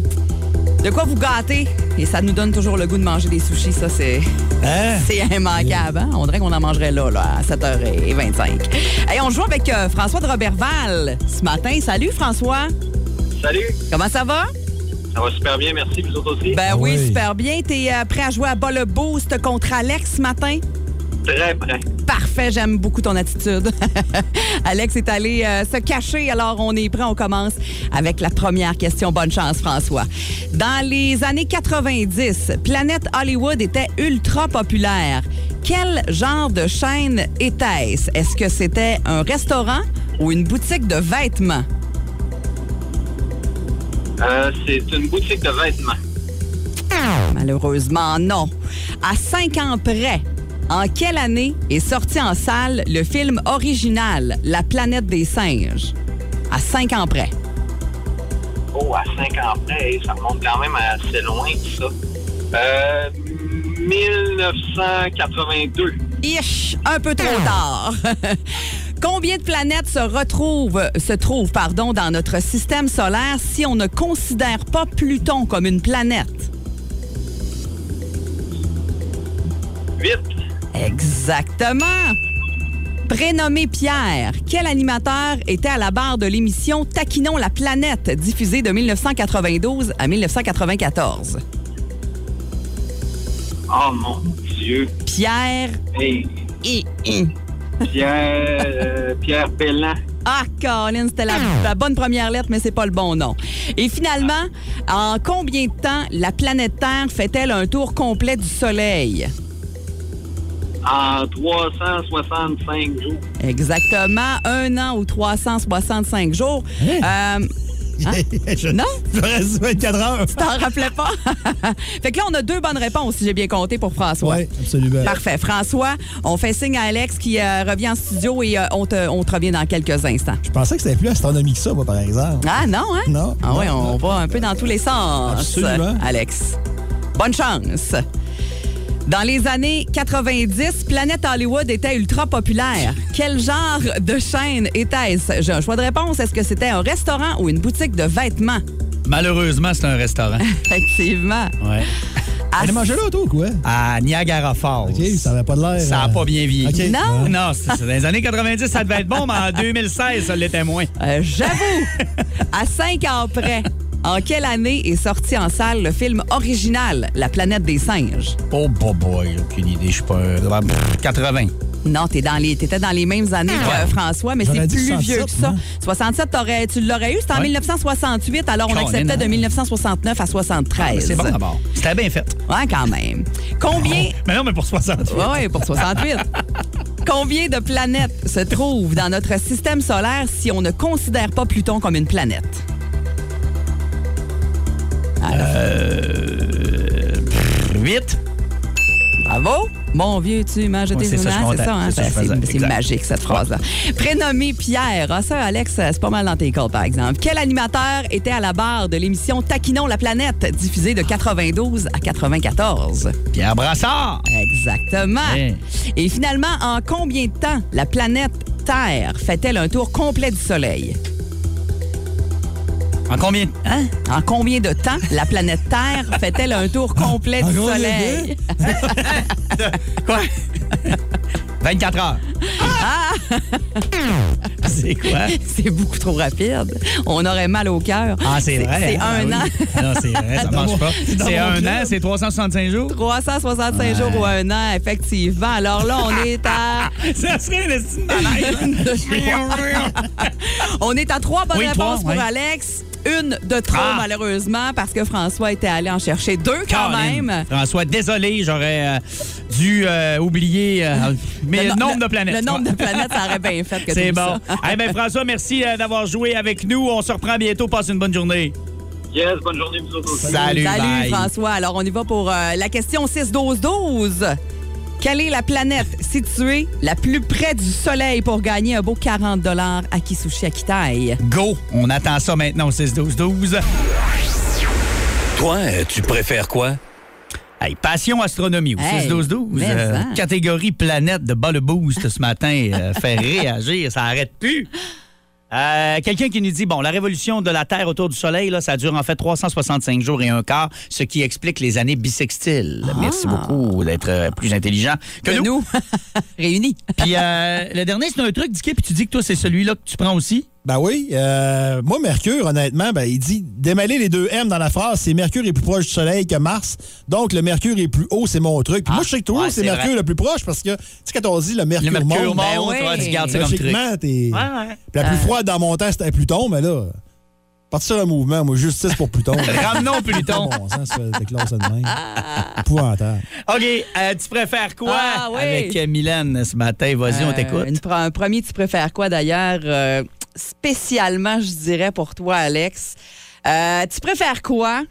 Speaker 2: de quoi vous gâter. Et ça nous donne toujours le goût de manger des sushis. Ça, c'est
Speaker 3: Hein?
Speaker 2: c'est immanquable. hein? On dirait qu'on en mangerait là, là, à 7h25. Et on joue avec euh, François de Robertval ce matin. Salut, François.
Speaker 9: Salut,
Speaker 2: Comment ça va?
Speaker 9: ça va super bien, merci, vous autres aussi.
Speaker 2: Ben oui,
Speaker 3: Ah Oui.
Speaker 2: super bien. T'es euh, prêt à jouer à bas le boost contre Alex ce matin?
Speaker 9: Très prêt.
Speaker 2: Parfait, j'aime beaucoup ton attitude. <laughs> Alex est allé euh, se cacher, alors on est prêt, on commence avec la première question. Bonne chance, François. Dans les années 90, Planète Hollywood était ultra populaire. Quel genre de chaîne était-ce? Est-ce que c'était un restaurant ou une boutique de vêtements?
Speaker 9: Euh, c'est une boutique de vêtements.
Speaker 2: Malheureusement, non. À 5 ans près, En quelle année est sorti en salle le film original La planète des singes? À cinq ans près.
Speaker 9: Oh, à 5 ans près, ça remonte quand même assez loin, tout ça. Euh, 1982.
Speaker 2: Ish, un peu trop tard. <laughs> Combien de planètes se retrouvent, se trouvent, pardon, dans notre système solaire si on ne considère pas Pluton comme une planète?
Speaker 9: 8.
Speaker 2: Exactement. Prénommé Pierre, quel animateur était à la barre de l'émission Taquinons la planète, diffusée de 1992 à 1994?
Speaker 9: Oh mon Dieu.
Speaker 2: Pierre
Speaker 9: Hey,
Speaker 2: et... et-
Speaker 9: Pierre, euh, Pierre Bellan.
Speaker 2: Ah, Colin, c'était la, la bonne première lettre, mais c'est pas le bon nom. Et finalement, en combien de temps la planète Terre fait-elle un tour complet du Soleil?
Speaker 9: En 365 jours.
Speaker 2: Exactement, un an ou 365 jours.
Speaker 3: <laughs>
Speaker 2: Euh,
Speaker 3: Hein? Je-
Speaker 2: non?
Speaker 3: Il reste 24 heures.
Speaker 2: T'en rappelais pas? <laughs> fait que là, on a deux bonnes réponses, si j'ai bien compté, pour François.
Speaker 3: Oui, absolument.
Speaker 2: Parfait. François, on fait signe à Alex qui euh, revient en studio et euh, on, te, on te revient dans quelques instants.
Speaker 3: Je pensais que c'était plus astronomique que ça, moi, par exemple.
Speaker 2: Ah non, hein?
Speaker 3: Non,
Speaker 2: Ah
Speaker 3: non,
Speaker 2: oui, on
Speaker 3: non.
Speaker 2: va un peu dans tous les sens.
Speaker 3: Absolument.
Speaker 2: Alex. Bonne chance. Dans les années 90, Planète Hollywood était ultra populaire. Quel genre de chaîne était-ce? J'ai un choix de réponse. Est-ce que c'était un restaurant ou une boutique de vêtements?
Speaker 1: Malheureusement, c'est un restaurant.
Speaker 2: Effectivement.
Speaker 1: ouais.
Speaker 2: À-
Speaker 1: Ah.
Speaker 3: Elle a mangé là, toi, ou quoi?
Speaker 1: À Niagara Falls.
Speaker 3: OK, ça avait pas de l'air.
Speaker 1: Ça n'a
Speaker 3: euh,
Speaker 1: pas bien vieilli.
Speaker 3: OK.
Speaker 2: Non?
Speaker 3: Ouais.
Speaker 1: Non, c'est ça. Dans les années 90, ça devait être bon, mais en 2016, ça l'était moins.
Speaker 2: Euh,
Speaker 3: <laughs>
Speaker 2: J'avoue, à cinq ans près, en quelle année est sorti en salle le film original La planète des singes?
Speaker 1: Oh, boy, boy, j'ai aucune idée. Je suis pas. un- Pff, 80.
Speaker 2: Non, t'es dans les, t'étais dans les mêmes années que euh, François, mais c'est
Speaker 3: J'aurais dit
Speaker 2: plus
Speaker 3: 67,
Speaker 2: vieux que ça.
Speaker 3: non?
Speaker 2: 67, t'aurais- tu l'aurais eu, c'était en
Speaker 1: Ouais.
Speaker 2: 1968, alors on
Speaker 1: Colin,
Speaker 2: acceptait de
Speaker 1: hein?
Speaker 2: 1969 à 73.
Speaker 1: C'est bon d'abord. C'était bien fait.
Speaker 2: Ouais, quand même. Combien...
Speaker 1: Mais non, mais pour 68.
Speaker 2: Ouais, ouais, pour 68. Combien de planètes se trouvent dans notre système solaire si on ne considère pas Pluton comme une planète?
Speaker 1: Vite.
Speaker 2: Bravo! Ah Mon vieux, tu m'as jeté
Speaker 1: Ouais, c'est
Speaker 2: une
Speaker 1: ça, je suis
Speaker 2: main, c'est
Speaker 1: content.
Speaker 2: ça, hein?
Speaker 1: C'est ça, je
Speaker 2: C'est-
Speaker 1: faisais.
Speaker 2: c'est
Speaker 1: Exact.
Speaker 2: magique, cette phrase-là. Prénommé Pierre. Ah, ça, Alex, c'est pas mal dans tes codes, par exemple. Quel animateur était à la barre de l'émission Taquinons la planète, diffusée de 92 à 94?
Speaker 1: Pierre Brassard.
Speaker 2: Exactement.
Speaker 1: Hey.
Speaker 2: Et finalement, en combien de temps la planète Terre fait-elle un tour complet du Soleil?
Speaker 1: En combien de- Hein?
Speaker 2: En combien de temps la planète Terre fait-elle un
Speaker 1: <laughs>
Speaker 2: tour complet
Speaker 3: En
Speaker 2: du
Speaker 3: gros, les
Speaker 2: Soleil?
Speaker 1: Quoi? 24 heures. <laughs> C'est quoi?
Speaker 2: <laughs> C'est beaucoup trop rapide. On aurait mal au cœur.
Speaker 1: Ah, c'est vrai.
Speaker 2: C'est
Speaker 1: hein?
Speaker 2: un
Speaker 1: Ah
Speaker 2: an. <laughs>
Speaker 1: oui. Ah Non, c'est vrai, <laughs> ça marche pas.
Speaker 3: dans
Speaker 1: C'est
Speaker 3: mon
Speaker 1: un
Speaker 3: club.
Speaker 1: an, c'est 365 jours.
Speaker 2: 365 jours ou un an, effectivement. Alors là, on est
Speaker 1: <laughs>
Speaker 2: à.
Speaker 1: Ça serait un estime <laughs> malade.
Speaker 2: <laughs> On est à trois bonnes
Speaker 1: Oui, trois,
Speaker 2: réponses pour
Speaker 1: ouais.
Speaker 2: Alex. Une de trop,
Speaker 1: Ah.
Speaker 2: malheureusement, parce que François était allé en chercher deux quand
Speaker 1: Caroline.
Speaker 2: même.
Speaker 1: François, désolé, j'aurais euh, dû euh, oublier euh, mais le,
Speaker 2: no-
Speaker 1: nombre de planètes.
Speaker 2: Le nombre de planètes, ça aurait bien fait
Speaker 1: <laughs>
Speaker 2: que
Speaker 1: C'est
Speaker 2: t'aies
Speaker 1: bon.
Speaker 2: ça.
Speaker 1: Eh bien, François, merci euh, d'avoir joué avec nous. On se reprend bientôt. Passe une bonne journée.
Speaker 9: Yes, bonne journée, vous autres aussi.
Speaker 1: Salut, bye.
Speaker 2: François. Alors, on y va pour euh, la question 6-12-12. Quelle est la planète située la plus près du Soleil pour gagner un beau 40 à Kisushi Akitaï?
Speaker 1: Go! On attend ça maintenant au 6-12-12.
Speaker 5: Toi, euh, tu préfères quoi?
Speaker 1: Hey, passion astronomie au
Speaker 2: Hey,
Speaker 1: 6-12-12.
Speaker 2: mais hein?
Speaker 1: Euh,
Speaker 2: ça.
Speaker 1: catégorie planète de bas le boost ce matin
Speaker 2: <laughs>
Speaker 1: euh, fait réagir. Ça arrête plus. Euh, Quelqu'un qui nous dit, bon, la révolution de la Terre autour du Soleil, là, ça dure en fait 365 jours et un quart, ce qui explique les années bissextiles.
Speaker 2: Ah.
Speaker 1: Merci beaucoup d'être euh, plus intelligent que, nous.
Speaker 2: réunis.
Speaker 1: <laughs> Puis euh, le dernier, c'est un truc, Dicky, puis tu dis que toi, c'est celui-là que tu prends aussi.
Speaker 3: Ben oui. euh, moi, Mercure, honnêtement, ben, il dit démêler les deux M dans la phrase, c'est Mercure est plus proche du Soleil que Mars. Donc, le Mercure est plus haut, c'est mon truc. Puis moi,
Speaker 1: Ah,
Speaker 3: je sais que toujours,
Speaker 1: ouais,
Speaker 3: c'est
Speaker 1: c'est
Speaker 3: Mercure
Speaker 1: vrai.
Speaker 3: le plus proche parce que, tu sais, quand on dit le Mercure,
Speaker 1: Le Mercure
Speaker 3: monte,
Speaker 1: monte,
Speaker 2: Ben
Speaker 1: ouais,
Speaker 2: oui.
Speaker 1: tu gardes ça comme truc. Euh.
Speaker 3: logiquement, t'es. Puis la plus froide dans mon temps, c'était Pluton, mais là, partir sur le mouvement, moi, justice pour
Speaker 1: <laughs>
Speaker 3: Pluton.
Speaker 1: Ramenons Pluton.
Speaker 3: Bon sens, ça déclare ça de même. Épouvantable.
Speaker 1: OK, euh, tu préfères quoi
Speaker 2: Ah, oui.
Speaker 1: avec euh, Mylène ce matin? Vas-y, on
Speaker 2: Euh, une
Speaker 1: t'écoute.
Speaker 2: pre- un premier, tu préfères quoi d'ailleurs? euh, spécialement, je dirais pour toi, Alex. Euh, tu préfères quoi?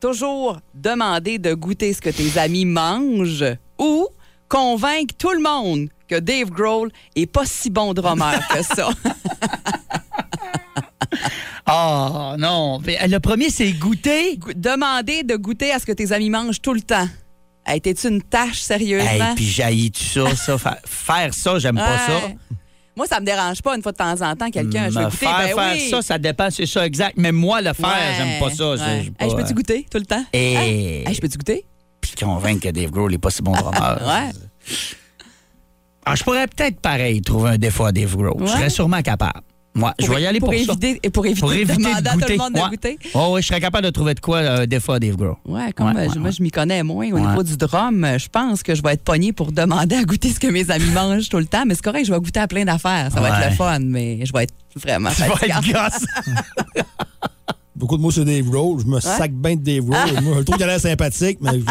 Speaker 2: Toujours demander de goûter ce que tes amis mangent ou convaincre tout le monde que Dave Grohl est pas si bon drummer que ça.
Speaker 1: Ah, non. Mais, euh, Le premier, c'est goûter.
Speaker 2: Go- Demander de goûter à ce que tes amis mangent tout le temps. Hey, T'es-tu une tâche
Speaker 1: Hey,
Speaker 2: sérieusement?
Speaker 1: puis jaillit tout ça, ça. fa- Faire ça, j'aime pas ça.
Speaker 2: Ouais. Moi, ça me dérange pas une fois de temps en temps, quelqu'un. Je veux
Speaker 1: Me
Speaker 2: goûter.
Speaker 1: faire
Speaker 2: ben
Speaker 1: faire
Speaker 2: oui.
Speaker 1: ça, ça dépend, c'est ça exact. Mais moi, le faire,
Speaker 2: Ouais,
Speaker 1: j'aime pas euh, hein. Eh. ça.
Speaker 2: ouais.
Speaker 1: Je,
Speaker 2: Hey, je peux-tu goûter tout le temps? Ah.
Speaker 1: Et
Speaker 2: Hey, je peux-tu goûter?
Speaker 1: convaincre que Dave Grohl n'est pas si bon drummer.
Speaker 2: Ouais.
Speaker 1: Ah, je pourrais peut-être pareil trouver un défaut à Dave Grohl. Je serais
Speaker 2: Ouais.
Speaker 1: sûrement capable. Moi, je vais y aller pour, ça.
Speaker 2: éviter, et pour éviter
Speaker 1: Pour
Speaker 2: de
Speaker 1: éviter
Speaker 2: demander
Speaker 1: de
Speaker 2: à tout
Speaker 1: goûter.
Speaker 2: le monde de
Speaker 1: Ouais.
Speaker 2: goûter.
Speaker 1: Ouais, ouais, je serais capable de trouver de quoi euh, un défaut à Dave Grohl.
Speaker 2: Ouais, comme euh,
Speaker 1: ouais,
Speaker 2: je- moi,
Speaker 1: ouais.
Speaker 2: je m'y connais moins au
Speaker 1: Ouais.
Speaker 2: niveau du drum, euh, je pense que je vais être pognée pour demander à goûter ce que mes amis mangent tout le temps. Mais c'est correct, je vais goûter à plein d'affaires. Ça va être
Speaker 1: Ouais.
Speaker 2: le fun, mais je vais être vraiment
Speaker 1: Tu vas
Speaker 2: fatigante.
Speaker 1: être gosse.
Speaker 3: Beaucoup de mots sur Dave Roll. Je me sac bien de Dave
Speaker 2: Ah.
Speaker 3: Roll. Moi, je trouve qu'il a l'air sympathique, mais je,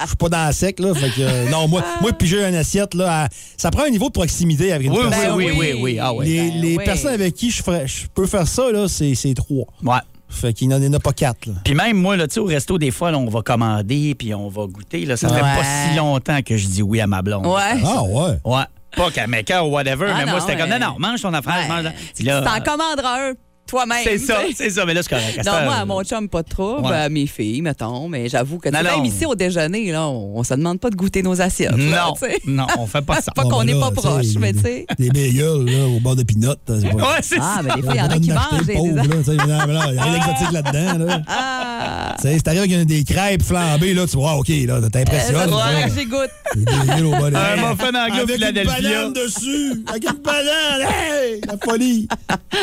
Speaker 3: je suis pas dans la sec. Là, fait que, euh, non, moi, moi, piger une assiette, là, à- ça prend un niveau de proximité avec une
Speaker 1: Oui, oui,
Speaker 3: personne.
Speaker 1: oui, oui,
Speaker 2: oui.
Speaker 1: oui. Ah, ouais.
Speaker 3: Les,
Speaker 2: Ben
Speaker 3: les
Speaker 2: oui.
Speaker 3: personnes avec qui je, ferais- je peux faire ça, là, c'est c'est trois.
Speaker 1: <laughs> Ouais.
Speaker 3: Fait qu'il n'en en a pas quatre. là.
Speaker 1: Puis même moi, là, tu sais, au resto, des fois, là, on va commander, puis on va goûter. Là, ça fait
Speaker 2: Ouais.
Speaker 1: pas si longtemps que je dis oui à ma blonde.
Speaker 2: Ouais.
Speaker 3: Ah ouais.
Speaker 1: Ouais. Pas qu'à Mecca ou whatever,
Speaker 2: Ah
Speaker 1: mais moi,
Speaker 2: non,
Speaker 1: c'était comme, non,
Speaker 2: mais-
Speaker 1: non, mange ton affaire,
Speaker 2: Ouais.
Speaker 1: mange la-
Speaker 2: ben, Tu
Speaker 1: Puis là,
Speaker 2: t'en commanderas un toi-même.
Speaker 1: <laughs> C'est ça,
Speaker 2: tu sais.
Speaker 1: c'est ça, mais là, c'est correct. À cette
Speaker 2: Non, moi,
Speaker 1: heure,
Speaker 2: à mon chum, pas de trouble.
Speaker 1: Ouais.
Speaker 2: à mes filles, mettons. Mais j'avoue que tu
Speaker 1: Non,
Speaker 2: sais,
Speaker 1: non.
Speaker 2: même ici, au déjeuner, là, on, on se demande pas de goûter nos assiettes. là,
Speaker 1: Non,
Speaker 2: tu sais. <laughs>
Speaker 1: non, on fait pas ça.
Speaker 2: Pas qu'on
Speaker 3: mais
Speaker 2: n'est pas
Speaker 3: ben là,
Speaker 2: proche,
Speaker 3: sais,
Speaker 2: mais tu sais.
Speaker 3: Des bagels, là, au bord de peanuts. là, c'est pas-
Speaker 1: Ouais, c'est
Speaker 2: Ah, mais des fois, il y
Speaker 3: On
Speaker 2: en a
Speaker 3: donne
Speaker 2: qui
Speaker 3: d'acheter
Speaker 2: mangent.
Speaker 3: le
Speaker 2: des-
Speaker 3: pauvre, là, tu sais, non, mais là, Il y a rien d'exotique là-dedans. Là.
Speaker 2: Ah!
Speaker 3: Tu sais, C'est arrivé qu'il y a des crêpes flambées, là, tu vois, ah, OK, là,
Speaker 2: Euh, Ça
Speaker 3: t'impressionnes.
Speaker 2: faudrait
Speaker 3: là.
Speaker 2: que
Speaker 1: <laughs>
Speaker 2: j'y goûte.
Speaker 3: Des bagels au bord de-
Speaker 1: Un muffin anglais au
Speaker 3: Avec une
Speaker 1: Philadelphia.
Speaker 3: banane dessus! Avec une banane! Hey! La folie!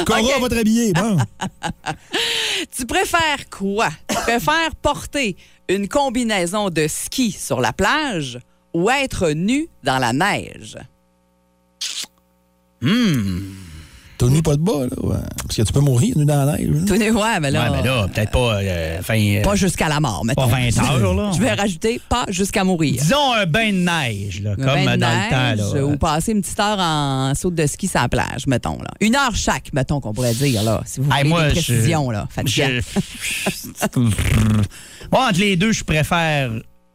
Speaker 3: Cora
Speaker 2: OK.
Speaker 3: va te rhabiller, bon.
Speaker 2: Tu préfères quoi? Tu préfères porter une combinaison de ski sur la plage ou être nu dans la neige?
Speaker 3: T'as nu pas de bas, là. ouais. Parce que tu peux mourir nu dans la neige. là.
Speaker 2: Tout nu, ouais, mais là,
Speaker 1: Ouais, mais là, peut-être pas, euh, fin, euh,
Speaker 2: pas jusqu'à la mort,
Speaker 1: pas
Speaker 2: mettons.
Speaker 1: 20 heures, là.
Speaker 2: Je vais rajouter pas jusqu'à mourir.
Speaker 1: Disons un bain de neige, là,
Speaker 2: Un
Speaker 1: comme
Speaker 2: bain de
Speaker 1: dans
Speaker 2: neige,
Speaker 1: le temps. Là.
Speaker 2: Ou passer une petite heure en saut de ski sur la plage, mettons. Là. Une heure chaque, mettons, qu'on pourrait dire, là, si vous voulez
Speaker 1: Hey, moi,
Speaker 2: des
Speaker 1: je-
Speaker 2: précisions, là. fatigant.
Speaker 1: Je- <laughs> Moi, entre les deux, je préfère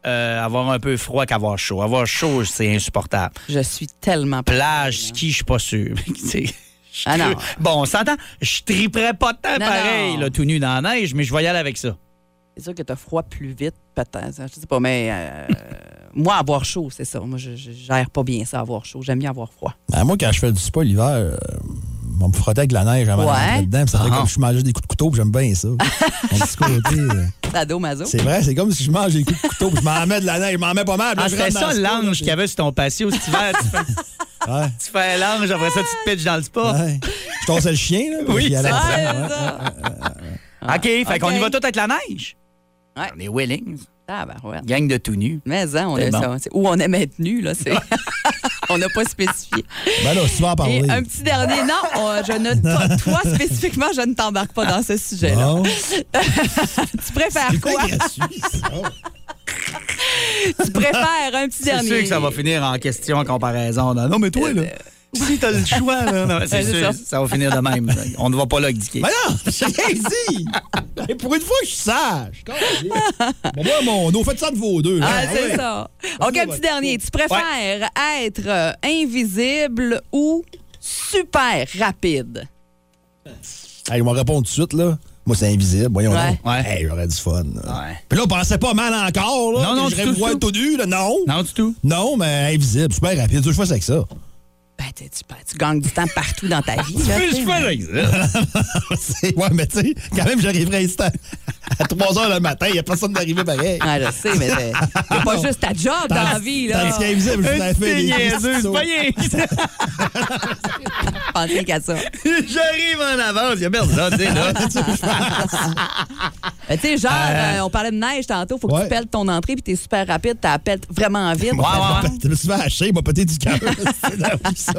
Speaker 1: euh, avoir un peu froid qu'avoir chaud. Avoir chaud, c'est insupportable.
Speaker 2: Je suis tellement...
Speaker 1: Plage, ski, je suis pas sûr. <laughs> Tu sais, je-
Speaker 2: Ah non.
Speaker 1: Bon, on s'entend, je triperais pas tant
Speaker 2: Non,
Speaker 1: pareil,
Speaker 2: non. Ah,
Speaker 1: là, tout nu dans la neige, mais je vais y aller avec ça.
Speaker 2: C'est sûr que t'as froid plus vite, peut-être. hein, Je sais pas, mais euh, <laughs> moi, avoir chaud, c'est ça. Moi, je, je gère pas bien ça, avoir chaud. J'aime bien avoir froid.
Speaker 3: Ben, moi, quand je fais du spa l'hiver, euh, on me frottait avec de la neige avant
Speaker 2: Ouais.
Speaker 3: d'entrer dedans. puis Ça fait
Speaker 1: Ah.
Speaker 3: comme si je mangeais des coups de couteau, puis j'aime bien
Speaker 2: <laughs>
Speaker 3: ça. Mon petit côté, euh,
Speaker 2: Tado, mazo.
Speaker 3: c'est vrai, c'est comme si je mange des coups de couteau, puis je m'en mets de la neige, je m'en mets pas mal. puis
Speaker 1: Ah,
Speaker 3: là, je
Speaker 1: c'était
Speaker 3: rentre dans
Speaker 1: ça
Speaker 3: le spa,
Speaker 1: l'ange
Speaker 3: là,
Speaker 1: qu'il y avait sur ton patio cet hiver. tu, fais,
Speaker 3: Ouais.
Speaker 1: tu fais l'ange, après ça, tu te pitches dans le spa.
Speaker 3: Ouais. Je tossais le chien, là.
Speaker 1: Oui,
Speaker 3: puis il allait
Speaker 1: c'est
Speaker 3: après,
Speaker 2: Ouais,
Speaker 3: ouais.
Speaker 2: ça.
Speaker 1: OK, fait qu'on y
Speaker 2: OK.
Speaker 1: va tout avec la neige.
Speaker 2: Ouais.
Speaker 1: On est Willings,
Speaker 2: Ah, ben, ouais.
Speaker 1: gang de tout nu.
Speaker 2: Mais hein, on
Speaker 1: C'est
Speaker 2: a
Speaker 1: bon.
Speaker 2: ça. C'est- Où on aime être nu, là,
Speaker 1: <laughs>
Speaker 2: c'est. <laughs> on n'a pas spécifié.
Speaker 3: Ben là, si tu vas en parler.
Speaker 2: Et un petit dernier. Non, on- je
Speaker 3: <laughs>
Speaker 2: ne. Toi, toi, spécifiquement, je ne t'embarque pas dans ce sujet-là.
Speaker 3: Non.
Speaker 2: Tu préfères quoi?
Speaker 3: gratuit, ça.
Speaker 2: tu préfères un petit
Speaker 1: C'est
Speaker 2: dernier.
Speaker 1: sûr que ça va finir en question, en comparaison. Non, non, mais toi, là, si t'as
Speaker 2: <laughs>
Speaker 1: le choix, là, non, c'est
Speaker 2: Euh, Ouais, c'est
Speaker 1: sûr,
Speaker 2: ça.
Speaker 1: ça va finir de même. On ne va pas là indiquer.
Speaker 3: Ben non, <laughs> j'ai rien dit. Et pour une fois, je suis sage. Mais moi, mon dos, faites ça de vos deux. là.
Speaker 2: Ah, c'est
Speaker 3: ouais.
Speaker 2: ça. OK, un petit dernier. Tu préfères être euh, invisible ou super rapide?
Speaker 3: Hey, ils vont répondre tout de suite, là. Moi, c'est invisible. Voyons
Speaker 2: Ouais.
Speaker 3: donc.
Speaker 1: Ouais.
Speaker 3: Hey, j'aurais du fun. là.
Speaker 1: Ouais.
Speaker 3: Puis là, pensez pas mal encore, là.
Speaker 1: Non, non,
Speaker 3: que
Speaker 1: du
Speaker 3: je
Speaker 1: tout,
Speaker 3: vois
Speaker 1: du
Speaker 3: tout nu, là. Non. non.
Speaker 1: Non, du tout.
Speaker 3: mais invisible, super rapide. Deux fois, c'est que ça. <laughs>
Speaker 2: Ben, t'es- tu, ben, tu gagnes du temps partout dans ta vie.
Speaker 1: <laughs>
Speaker 2: là, tu sais.
Speaker 3: C'est- ouais, mais tu sais, quand même, j'arriverai à instant. <laughs> À 3 h le matin, il n'y a personne d'arrivé
Speaker 2: Ouais,
Speaker 3: pareil.
Speaker 2: Ah, je sais, mais c'est y a pas juste ta job dans la vie. là.
Speaker 3: Tandis qu'invisible, je vous avais fait des petits sauts.
Speaker 2: Pensez qu'à ça.
Speaker 1: <laughs> J'arrive en avance, il y a personne, tu sais,
Speaker 2: <laughs>
Speaker 1: là.
Speaker 2: Ben, tu sais, genre, euh, on parlait de neige tantôt, faut que
Speaker 3: Ouais.
Speaker 2: tu pelles ton entrée, puis t'es super rapide, t'appelles vraiment vite.
Speaker 3: Ouais, ouais,
Speaker 2: Ben,
Speaker 3: ouais. Je me suis fait hacher, il m'a pété du cœur. <laughs> C'est la vie, ça.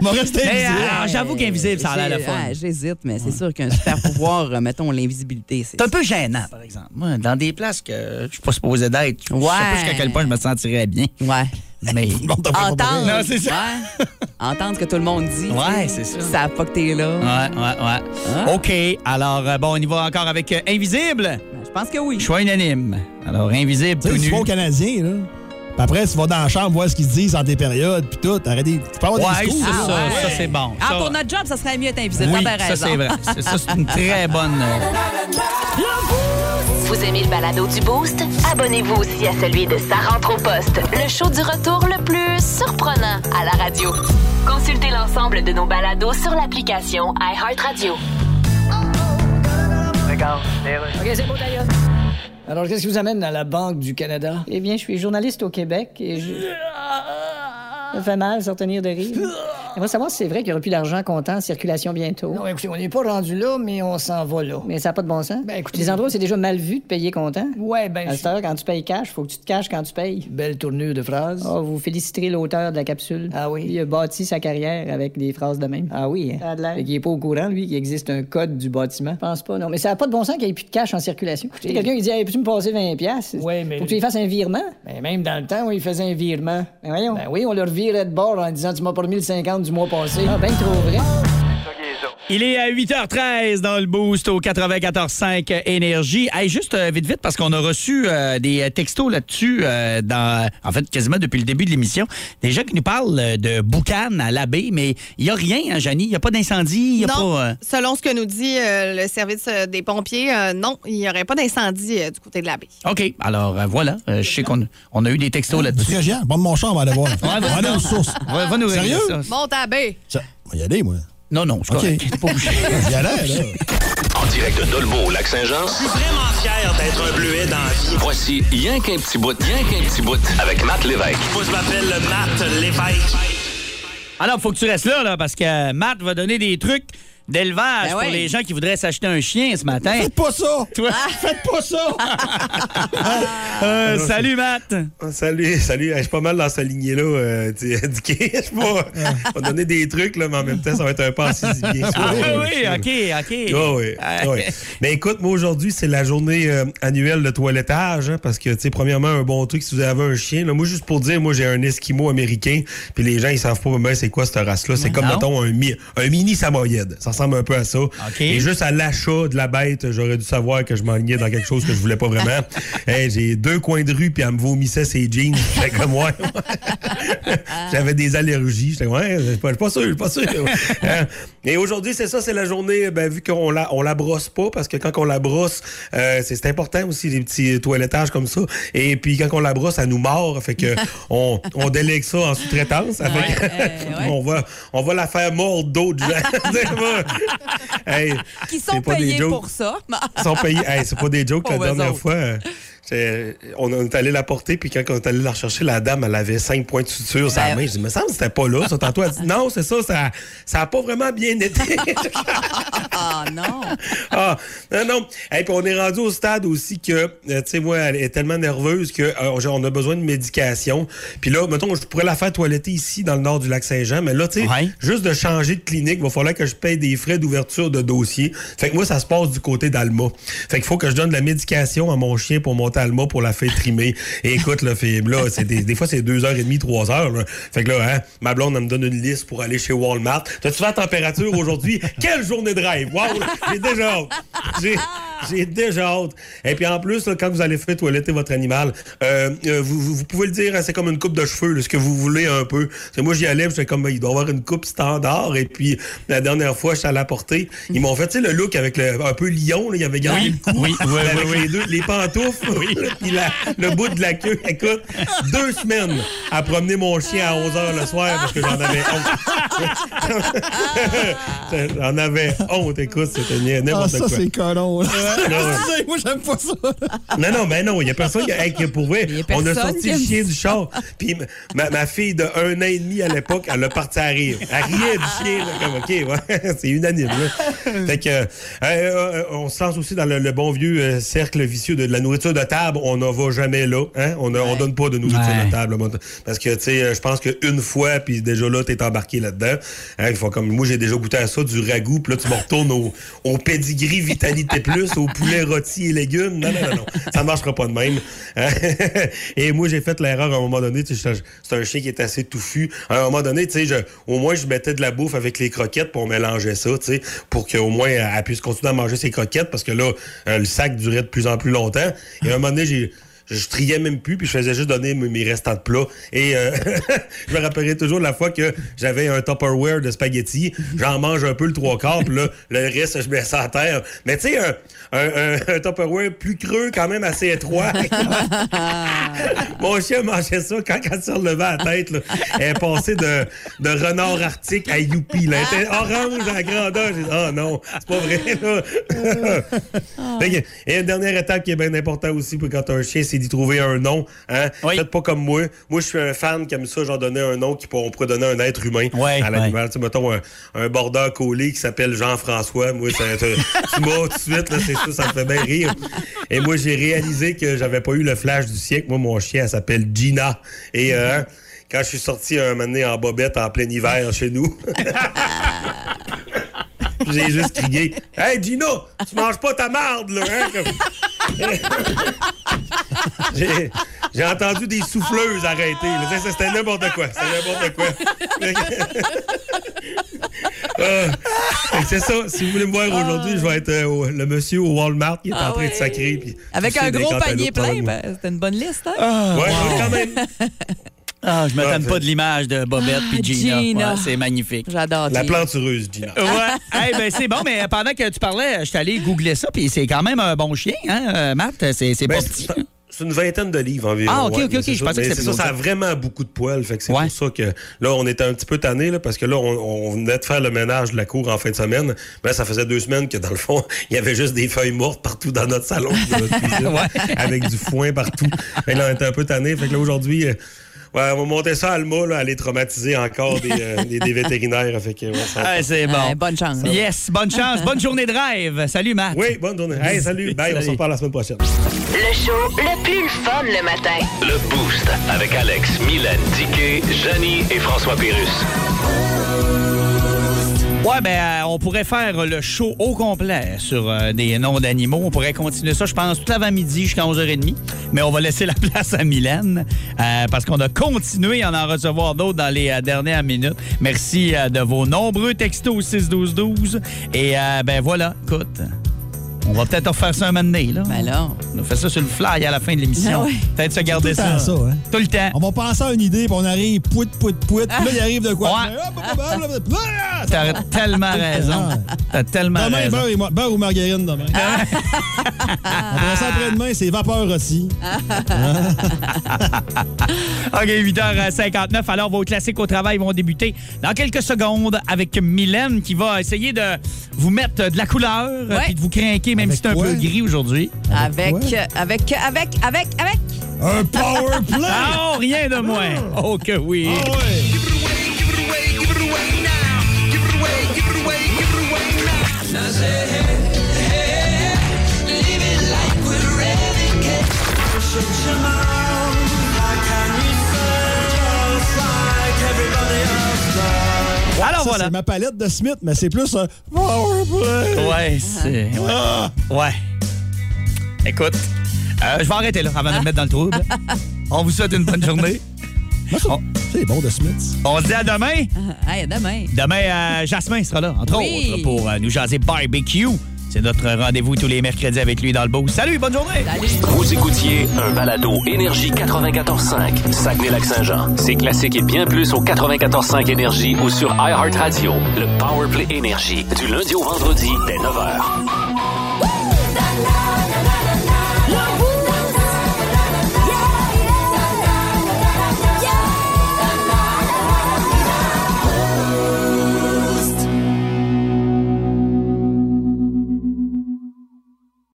Speaker 3: Il m'a resté
Speaker 1: Mais,
Speaker 3: invisible.
Speaker 1: euh, J'avoue qu'invisible, ça a l'air le
Speaker 2: j'ai-
Speaker 1: fun.
Speaker 2: ouais, ah, J'hésite, mais c'est sûr qu'un super pouvoir, euh, mettons, l'invisibilité, c'est
Speaker 1: C'est un peu gênant, par exemple. Moi, dans des places que je suis pas supposé d'être, je sais pas
Speaker 2: Ouais.
Speaker 1: jusqu'à quel point je me sentirais bien.
Speaker 2: Ouais.
Speaker 1: <laughs> Mais.
Speaker 3: Bon, t'as pas
Speaker 2: Entendre.
Speaker 3: compris.
Speaker 1: Non, c'est ça.
Speaker 2: Ouais. Entendre ce que tout le monde dit.
Speaker 1: Ouais, c'est ça.
Speaker 2: Ça a pas que t'es là.
Speaker 1: Ouais, ouais, ouais. OK, alors, euh, bon, on y va encore avec euh, Invisible.
Speaker 2: Hein? Ben, Je pense que oui.
Speaker 1: Choix unanime. Alors, Invisible,
Speaker 3: Tu
Speaker 1: tout
Speaker 3: sais,
Speaker 1: nu.
Speaker 3: du fond canadien, là. Puis après, tu vas dans la chambre voir ce qu'ils se disent en des périodes, puis tout. Arrêtez. Tu peux avoir
Speaker 1: Ouais,
Speaker 3: des
Speaker 1: c'est
Speaker 3: scoops.
Speaker 1: ça,
Speaker 2: Ah ouais.
Speaker 1: ça c'est bon.
Speaker 2: Ah,
Speaker 1: Ça,
Speaker 2: pour notre hein. job, ça serait mieux d'être invisible.
Speaker 1: oui,
Speaker 2: T'as bien
Speaker 1: ça
Speaker 2: raison. <laughs>
Speaker 1: c'est vrai. C'est- Ça, c'est une très bonne. euh,
Speaker 8: Vous aimez le balado du Boost? Abonnez-vous aussi à celui de Sa rentre au poste, le show du retour le plus surprenant à la radio. Consultez l'ensemble de nos balados sur l'application iHeartRadio.
Speaker 6: Alors, qu'est-ce qui vous amène à la Banque du Canada?
Speaker 10: Eh bien, je suis journaliste au Québec et je. Ça fait mal s'en tenir de
Speaker 6: <laughs>
Speaker 10: rire. J'aimerais savoir si c'est vrai qu'il n'y aura plus d'argent comptant en circulation bientôt.
Speaker 6: Non, écoutez, on n'est pas rendu là, mais on s'en va là.
Speaker 10: Mais ça n'a pas de bon sens.
Speaker 6: Ben, écoutez-
Speaker 10: Les endroits, où c'est déjà mal vu de payer comptant.
Speaker 6: Ouais, ben,
Speaker 10: À cette heure, quand tu payes cash, faut que tu te caches quand tu payes.
Speaker 6: belle tournure de phrase.
Speaker 10: Oh, vous féliciterez l'auteur de la capsule.
Speaker 6: Ah oui?
Speaker 10: Il a bâti sa carrière avec des phrases de même.
Speaker 6: Ah oui, hein?
Speaker 10: Ça a de l'air.
Speaker 6: Fait qu'il est pas au courant, lui, qu'il existe un code du bâtiment.
Speaker 10: Je pense pas, non. Mais ça n'a pas de bon sens qu'il n'y ait plus de cash en circulation. Tu sais, Quelqu'un qui dit hey, Peux-tu me passer 20$? piastres?
Speaker 6: Ouais, mais-
Speaker 10: Faut que tu lui fasses un virement.
Speaker 6: Ben, même dans le temps où il faisait un virement.
Speaker 10: Ben voyons.
Speaker 6: Ben oui, on leur virait de bord en disant Tu m'as pas remis le 50 du mois passé.
Speaker 10: Ah, ben trop vrai.
Speaker 1: Il est à 8h13 dans le boost au 94.5 Énergie. Hey, juste euh, vite, vite, parce qu'on a reçu euh, des euh, textos là-dessus, euh, dans, en fait, quasiment depuis le début de l'émission. Des gens qui nous parlent euh, de boucan à l'abbé, mais il n'y a rien, hein, Janie? Il n'y a pas d'incendie, il n'y a
Speaker 4: non,
Speaker 1: pas... euh,
Speaker 4: selon ce que nous dit euh, le service euh, des pompiers, euh, non, il n'y aurait pas d'incendie euh, du côté de la baie.
Speaker 1: OK, alors euh, voilà, Euh, je sais qu'on on a eu des textos là-dessus.
Speaker 3: Très bien. Prends mon champ, on va aller voir. On <laughs> va aller aux sources.
Speaker 1: Va, va nous régler
Speaker 3: Sérieux?
Speaker 1: ça.
Speaker 4: Monte à la baie.
Speaker 3: Ça- On va y aller, moi.
Speaker 1: Non, non, je
Speaker 3: OK.
Speaker 1: suis pas
Speaker 3: <laughs>
Speaker 1: obligé.
Speaker 3: J'y allais, là.
Speaker 5: En direct de Dolbeau, au lac Saint-Jean,
Speaker 11: Vraiment fier d'être un bleuet dans la vie.
Speaker 5: voici Rien qu'un petit bout, rien qu'un petit bout avec Matt Lévesque.
Speaker 11: Moi, je m'appelle Matt Lévesque.
Speaker 1: Alors, faut que tu restes là, là parce que Matt va donner des trucs d'élevage
Speaker 2: Ben
Speaker 1: pour
Speaker 2: ouais. Ah.
Speaker 1: les gens qui voudraient s'acheter un chien ce matin.
Speaker 2: <laughs>
Speaker 3: Faites pas ça!
Speaker 1: Toi,
Speaker 3: Faites pas ça!
Speaker 1: <laughs> euh, salut Matt.
Speaker 11: Ah, Salut, salut. Je suis pas mal dans cette lignée-là euh, du du quai. Je sais <laughs> pas. On va donner des trucs, là, mais en même temps, ça va être un pas si bien.
Speaker 1: Ah oui, ok, ok.
Speaker 11: Ah oui, ah oui. Mais écoute, moi aujourd'hui, c'est la journée euh, annuelle de toilettage, hein, parce que, tu sais, premièrement, un bon truc, si vous avez un chien, là, moi, juste pour dire, moi, j'ai un Esquimau américain, puis les gens, ils savent pas bien c'est quoi cette race-là. C'est comme,
Speaker 1: Ah, non.
Speaker 11: mettons, un, mi- un mini Samoyed. Ça ressemble un peu à ça. Et juste à l'achat de la bête, j'aurais dû savoir que je m'enlignais dans quelque chose que je voulais pas vraiment. Hey, j'ai deux coins de rue, puis elle me vomissait ses jeans. J'étais comme, ouais. J'avais des allergies. J'étais ouais, je suis pas je suis pas sûr, je suis pas sûr. Hein? Et aujourd'hui, c'est ça, c'est la journée, ben, vu qu'on la, on la brosse pas, parce que quand on la brosse, euh, c'est c'est important aussi, les petits euh, toilettages comme ça. Et puis quand on la brosse, elle nous mord. Fait que on, on délègue ça en sous-traitance. Fait que
Speaker 2: euh,
Speaker 11: <laughs> on, va, on va la faire mordre
Speaker 2: <laughs>
Speaker 11: d'autres gens. C'est vrai. Hey,
Speaker 2: Qui
Speaker 11: c'est
Speaker 2: sont
Speaker 11: pas des
Speaker 2: payés
Speaker 11: jokes.
Speaker 2: pour ça.
Speaker 11: Ils sont payés. Hey, c'est pas des jokes.
Speaker 2: Pour
Speaker 11: la
Speaker 2: eux
Speaker 11: dernière
Speaker 2: autres.
Speaker 11: fois, euh, j'ai- on on est allé la porter, puis quand on est allé la rechercher, la dame, elle avait cinq points de suture sur la
Speaker 2: Ben-
Speaker 11: main. J'ai dit, me semble que c'était pas là. Ça, tantôt, elle dit, non, c'est ça, ça, ça a pas vraiment bien été.
Speaker 2: <laughs>
Speaker 11: <laughs>
Speaker 2: Ah non.
Speaker 11: ah, non, non. Et puis on est rendu au stade aussi que, euh, tu sais, moi, elle est tellement nerveuse que euh, genre, on a besoin de médication. Puis là, mettons, je pourrais la faire toiletter ici, dans le nord du lac Saint-Jean, mais là, tu sais,
Speaker 1: Ouais.
Speaker 11: juste de changer de clinique, va falloir que je paye des frais d'ouverture de dossier. Fait que moi, ça se passe du côté d'Alma. Fait qu'il faut que je donne de la médication à mon chien pour monter à Alma pour la faire trimer. Et écoute, là, fait- là c'est des, des fois, c'est deux heures et demie, trois heures. là. Fait que là, hein, ma blonde, elle me donne une liste pour aller chez Walmart. T'as-tu fait la température aujourd'hui? Quelle journée de rêve! Wow! J'ai déjà hâte! J'ai, j'ai déjà hâte! Et puis en plus, là, quand vous allez faire toiletter votre animal, euh, euh, vous, vous- vous pouvez le dire, hein, c'est comme une coupe de cheveux, là, ce que vous voulez un peu. Parce que moi, j'y allais, puis j'étais comme, ben, il doit avoir une coupe standard. Et puis, la dernière fois, je suis allé la porter. Ils m'ont fait, tu sais, le look avec le, un peu lion, là, il avait gardé le cou.
Speaker 1: oui, oui,
Speaker 11: avec
Speaker 1: oui, oui.
Speaker 11: Les, deux, les pantoufles, <laughs> puis la- le bout de la queue. Écoute, deux semaines à promener mon chien à 11 h le soir parce que j'en avais honte. j'en avais honte, écoute, c'était
Speaker 3: Ah,
Speaker 11: n'importe
Speaker 3: ça,
Speaker 11: quoi.
Speaker 3: c'est colon. là. <laughs>
Speaker 11: Ouais, ouais.
Speaker 3: Moi, j'aime pas ça.
Speaker 11: Non, non, ben non, il n'y a personne qui hey, qui- pour vrai.
Speaker 2: Il y a
Speaker 11: On a
Speaker 2: personne qui
Speaker 11: sorti le
Speaker 2: aime
Speaker 11: chien du char. Puis ma- ma, ma fille de un an et demi à l'époque, elle a parti à rire. Elle riait du chien, là, comme OK, ouais, <laughs> c'est unanime. là. Fait que, euh, euh, on se lance aussi dans le, le bon vieux euh, cercle vicieux de, de la nourriture de table. On n'en va jamais là. Hein? On ne donne pas de nourriture
Speaker 1: Ouais.
Speaker 11: de table. moi. Parce que, tu sais, euh, je pense qu'une fois, puis déjà là, t'es embarqué là-dedans. Hein, il faut comme, moi, j'ai déjà goûté à ça, du ragoût, puis là, tu me retournes au, au pedigree vitalité plus, au poulet rôti et légumes. Non, non, non, non. Ça marchera pas de même. Hein? <laughs> et moi, j'ai fait l'erreur à un moment donné. tu sais, je- C'est un chien qui est assez touffu. À un moment donné, tu sais, je- au moins, je mettais de la bouffe avec les croquettes pour mélanger ça, tu sais, pour qu'au moins, elle elle puisse continuer à manger ses croquettes parce que là, euh, le sac durait de plus en plus longtemps. Et à un moment donné, j'ai je triais même plus, puis je faisais juste donner mes mes restants de plats. Et euh, <laughs> je me rappellerai toujours la fois que j'avais un Tupperware de spaghettis. J'en mange un peu le trois quarts, puis là, le reste, je mets ça à terre. Mais tu sais, un, un- un- un Tupperware plus creux, quand même assez étroit. Mon chien mangeait ça quand, quand elle se relevait à la tête. Là. Elle est passée de, de renard arctique à youpi. Là. Elle était orange à la grandeur. J'ai dit, oh non, c'est pas vrai. Là. Fait que- et une dernière étape qui est bien importante aussi pour quand t'as un chien, c'est d'y trouver un nom. Hein? Faites pas comme moi. Moi, je suis un fan qui aime ça, j'en donnais un nom qui pour- on pourrait donner à un être humain à l'animal. Tu sais, mettons un, un border collé qui s'appelle Jean-François. Moi, ça, tu, <laughs> tu m'as tout de suite, là, c'est ça, ça me fait bien rire. Et moi, j'ai réalisé que j'avais pas eu le flash du siècle. Moi, mon chien, elle s'appelle Gina. Et euh, quand je suis sorti euh, un moment donné en bobette en plein hiver chez nous, j'ai juste crié Hey Gino, tu manges pas ta marde, là, hein? Comme- J'ai- J'ai entendu des souffleuses arrêter. là. Ça, ça, C'était n'importe quoi. C'était n'importe quoi. <laughs> Euh, fait que c'est ça. Si vous voulez me voir aujourd'hui, je vais être euh, au- le monsieur au Walmart qui est
Speaker 2: Ah
Speaker 11: en train
Speaker 2: ouais.
Speaker 11: de sacrer. puis-
Speaker 2: Avec
Speaker 11: puis
Speaker 2: un
Speaker 11: c'est des
Speaker 2: gros
Speaker 11: cantaloupes
Speaker 2: panier
Speaker 11: dans le
Speaker 2: plein,
Speaker 11: mois.
Speaker 2: ben, c'était une bonne liste. Hein?
Speaker 1: Ah,
Speaker 11: Ouais,
Speaker 1: wow.
Speaker 11: quand même.
Speaker 2: <laughs>
Speaker 1: Ah, je ne
Speaker 11: Ah,
Speaker 1: m'attends
Speaker 11: fait-
Speaker 1: pas de l'image de Bobette
Speaker 2: Ah,
Speaker 1: puis Gina.
Speaker 2: Gina.
Speaker 1: Ouais, c'est magnifique.
Speaker 2: J'adore.
Speaker 11: La
Speaker 2: Gina.
Speaker 11: plantureuse, Gina.
Speaker 2: <laughs>
Speaker 1: Ouais. Hey, ben, c'est bon, mais pendant que tu parlais, je suis allé googler ça, puis c'est quand même un bon chien, hein, euh, Matt? C'est c'est
Speaker 11: Ben,
Speaker 1: pas petit. hein?
Speaker 11: c'est- C'est une vingtaine de livres environ.
Speaker 1: Ah, ok, ok,
Speaker 11: mais
Speaker 1: ok,
Speaker 11: c'est
Speaker 1: je
Speaker 11: ça.
Speaker 1: pensais que
Speaker 11: Mais
Speaker 1: c'était
Speaker 11: c'est ça,
Speaker 1: plus
Speaker 11: ça a
Speaker 1: gros.
Speaker 11: vraiment beaucoup de poils. Fait que c'est pour ça que là, on était un petit peu tanné parce que là, on, on venait de faire le ménage de la cour en fin de semaine. Mais là, ça faisait deux semaines que dans le fond, <laughs> il y avait juste des feuilles mortes partout dans notre salon, dans
Speaker 1: <laughs>
Speaker 11: notre cuisine, avec du foin partout. Fait que là, on était un peu tanné. Fait que là, aujourd'hui. euh, ouais, on va monter ça à Alma, là, aller traumatiser encore des, euh, des- des vétérinaires. Fait que, ouais, ça-
Speaker 1: <laughs> Ah, c'est bon.
Speaker 2: Ouais, bonne chance.
Speaker 1: Yes, bonne chance. bonne journée de rêve. Salut, Matt.
Speaker 11: Oui, bonne journée.
Speaker 1: <laughs>
Speaker 11: Hey, salut. Bye, on se reparle la semaine prochaine.
Speaker 8: Le show le plus le fun le matin.
Speaker 5: Le Boost avec Alex, Mylène, Dicky, Janie et François Pérus.
Speaker 1: Ouais, ben, euh, on pourrait faire le show au complet sur euh, des noms d'animaux. On pourrait continuer ça, je pense, tout l'avant-midi jusqu'à 11h30. Mais on va laisser la <laughs> place à Mylène euh, parce qu'on a continué à en recevoir d'autres dans les euh, dernières minutes. Merci euh, de vos nombreux textos au 6-12-12. Et euh, ben voilà, écoute, on va peut-être refaire ça un moment donné, là.
Speaker 2: Ben là.
Speaker 1: On fait ça sur le fly à la fin de l'émission.
Speaker 2: Ah ouais.
Speaker 1: Peut-être se garder
Speaker 3: Tout le temps,
Speaker 1: ça.
Speaker 3: ça, hein?
Speaker 1: Tout le temps.
Speaker 3: On va penser à une idée, puis on arrive, pouit, pouit, pouit. Puis là, il arrive de quoi?
Speaker 1: Ouais.
Speaker 3: Mais hop, hop, hop, hop, hop, hop, ah!
Speaker 1: T'as
Speaker 3: <laughs>
Speaker 1: tellement raison. T'as tellement
Speaker 3: Demain,
Speaker 1: raison. Ah.
Speaker 3: beurre, et ma- beurre ou margarine demain. Après ça, après-demain, c'est vapeur rôti.
Speaker 1: OK, 8h59. Alors, vos classiques au travail vont débuter dans quelques secondes avec Mylène qui va essayer de vous mettre euh, de la couleur euh,
Speaker 2: Ouais.
Speaker 1: puis de vous craquer, même si c'est un
Speaker 3: quoi?
Speaker 1: peu gris aujourd'hui.
Speaker 2: Avec, euh, avec, avec, avec, avec.
Speaker 3: Un power play!
Speaker 1: Ah, oh, rien de moins. <laughs> Oh, que oui.
Speaker 3: Ah ouais.
Speaker 1: Alors,
Speaker 3: Ça,
Speaker 1: voilà.
Speaker 3: C'est ma palette de Smith, mais c'est plus un power play.
Speaker 1: Ouais, c'est. Ouais.
Speaker 3: Ah!
Speaker 1: Ouais. Écoute, euh, je vais arrêter là avant de me mettre dans le
Speaker 3: <laughs>
Speaker 1: trouble. On vous souhaite une bonne journée.
Speaker 3: Moi, ça-
Speaker 1: Oh.
Speaker 3: C'est bon de Smith.
Speaker 1: On se dit à demain.
Speaker 2: Hey, à demain.
Speaker 1: Demain, euh, Jasmin sera là, entre
Speaker 2: Oui.
Speaker 1: autres, pour euh, nous jaser barbecue. C'est notre rendez-vous tous les mercredis avec lui dans le beau. Salut, bonne journée!
Speaker 5: Vous écoutiez un balado Énergie 94.5, Saguenay-Lac-Saint-Jean. C'est classique et bien plus au 94.5 Énergie ou sur iHeartRadio. Le Powerplay Énergie, du lundi au vendredi, dès 9h.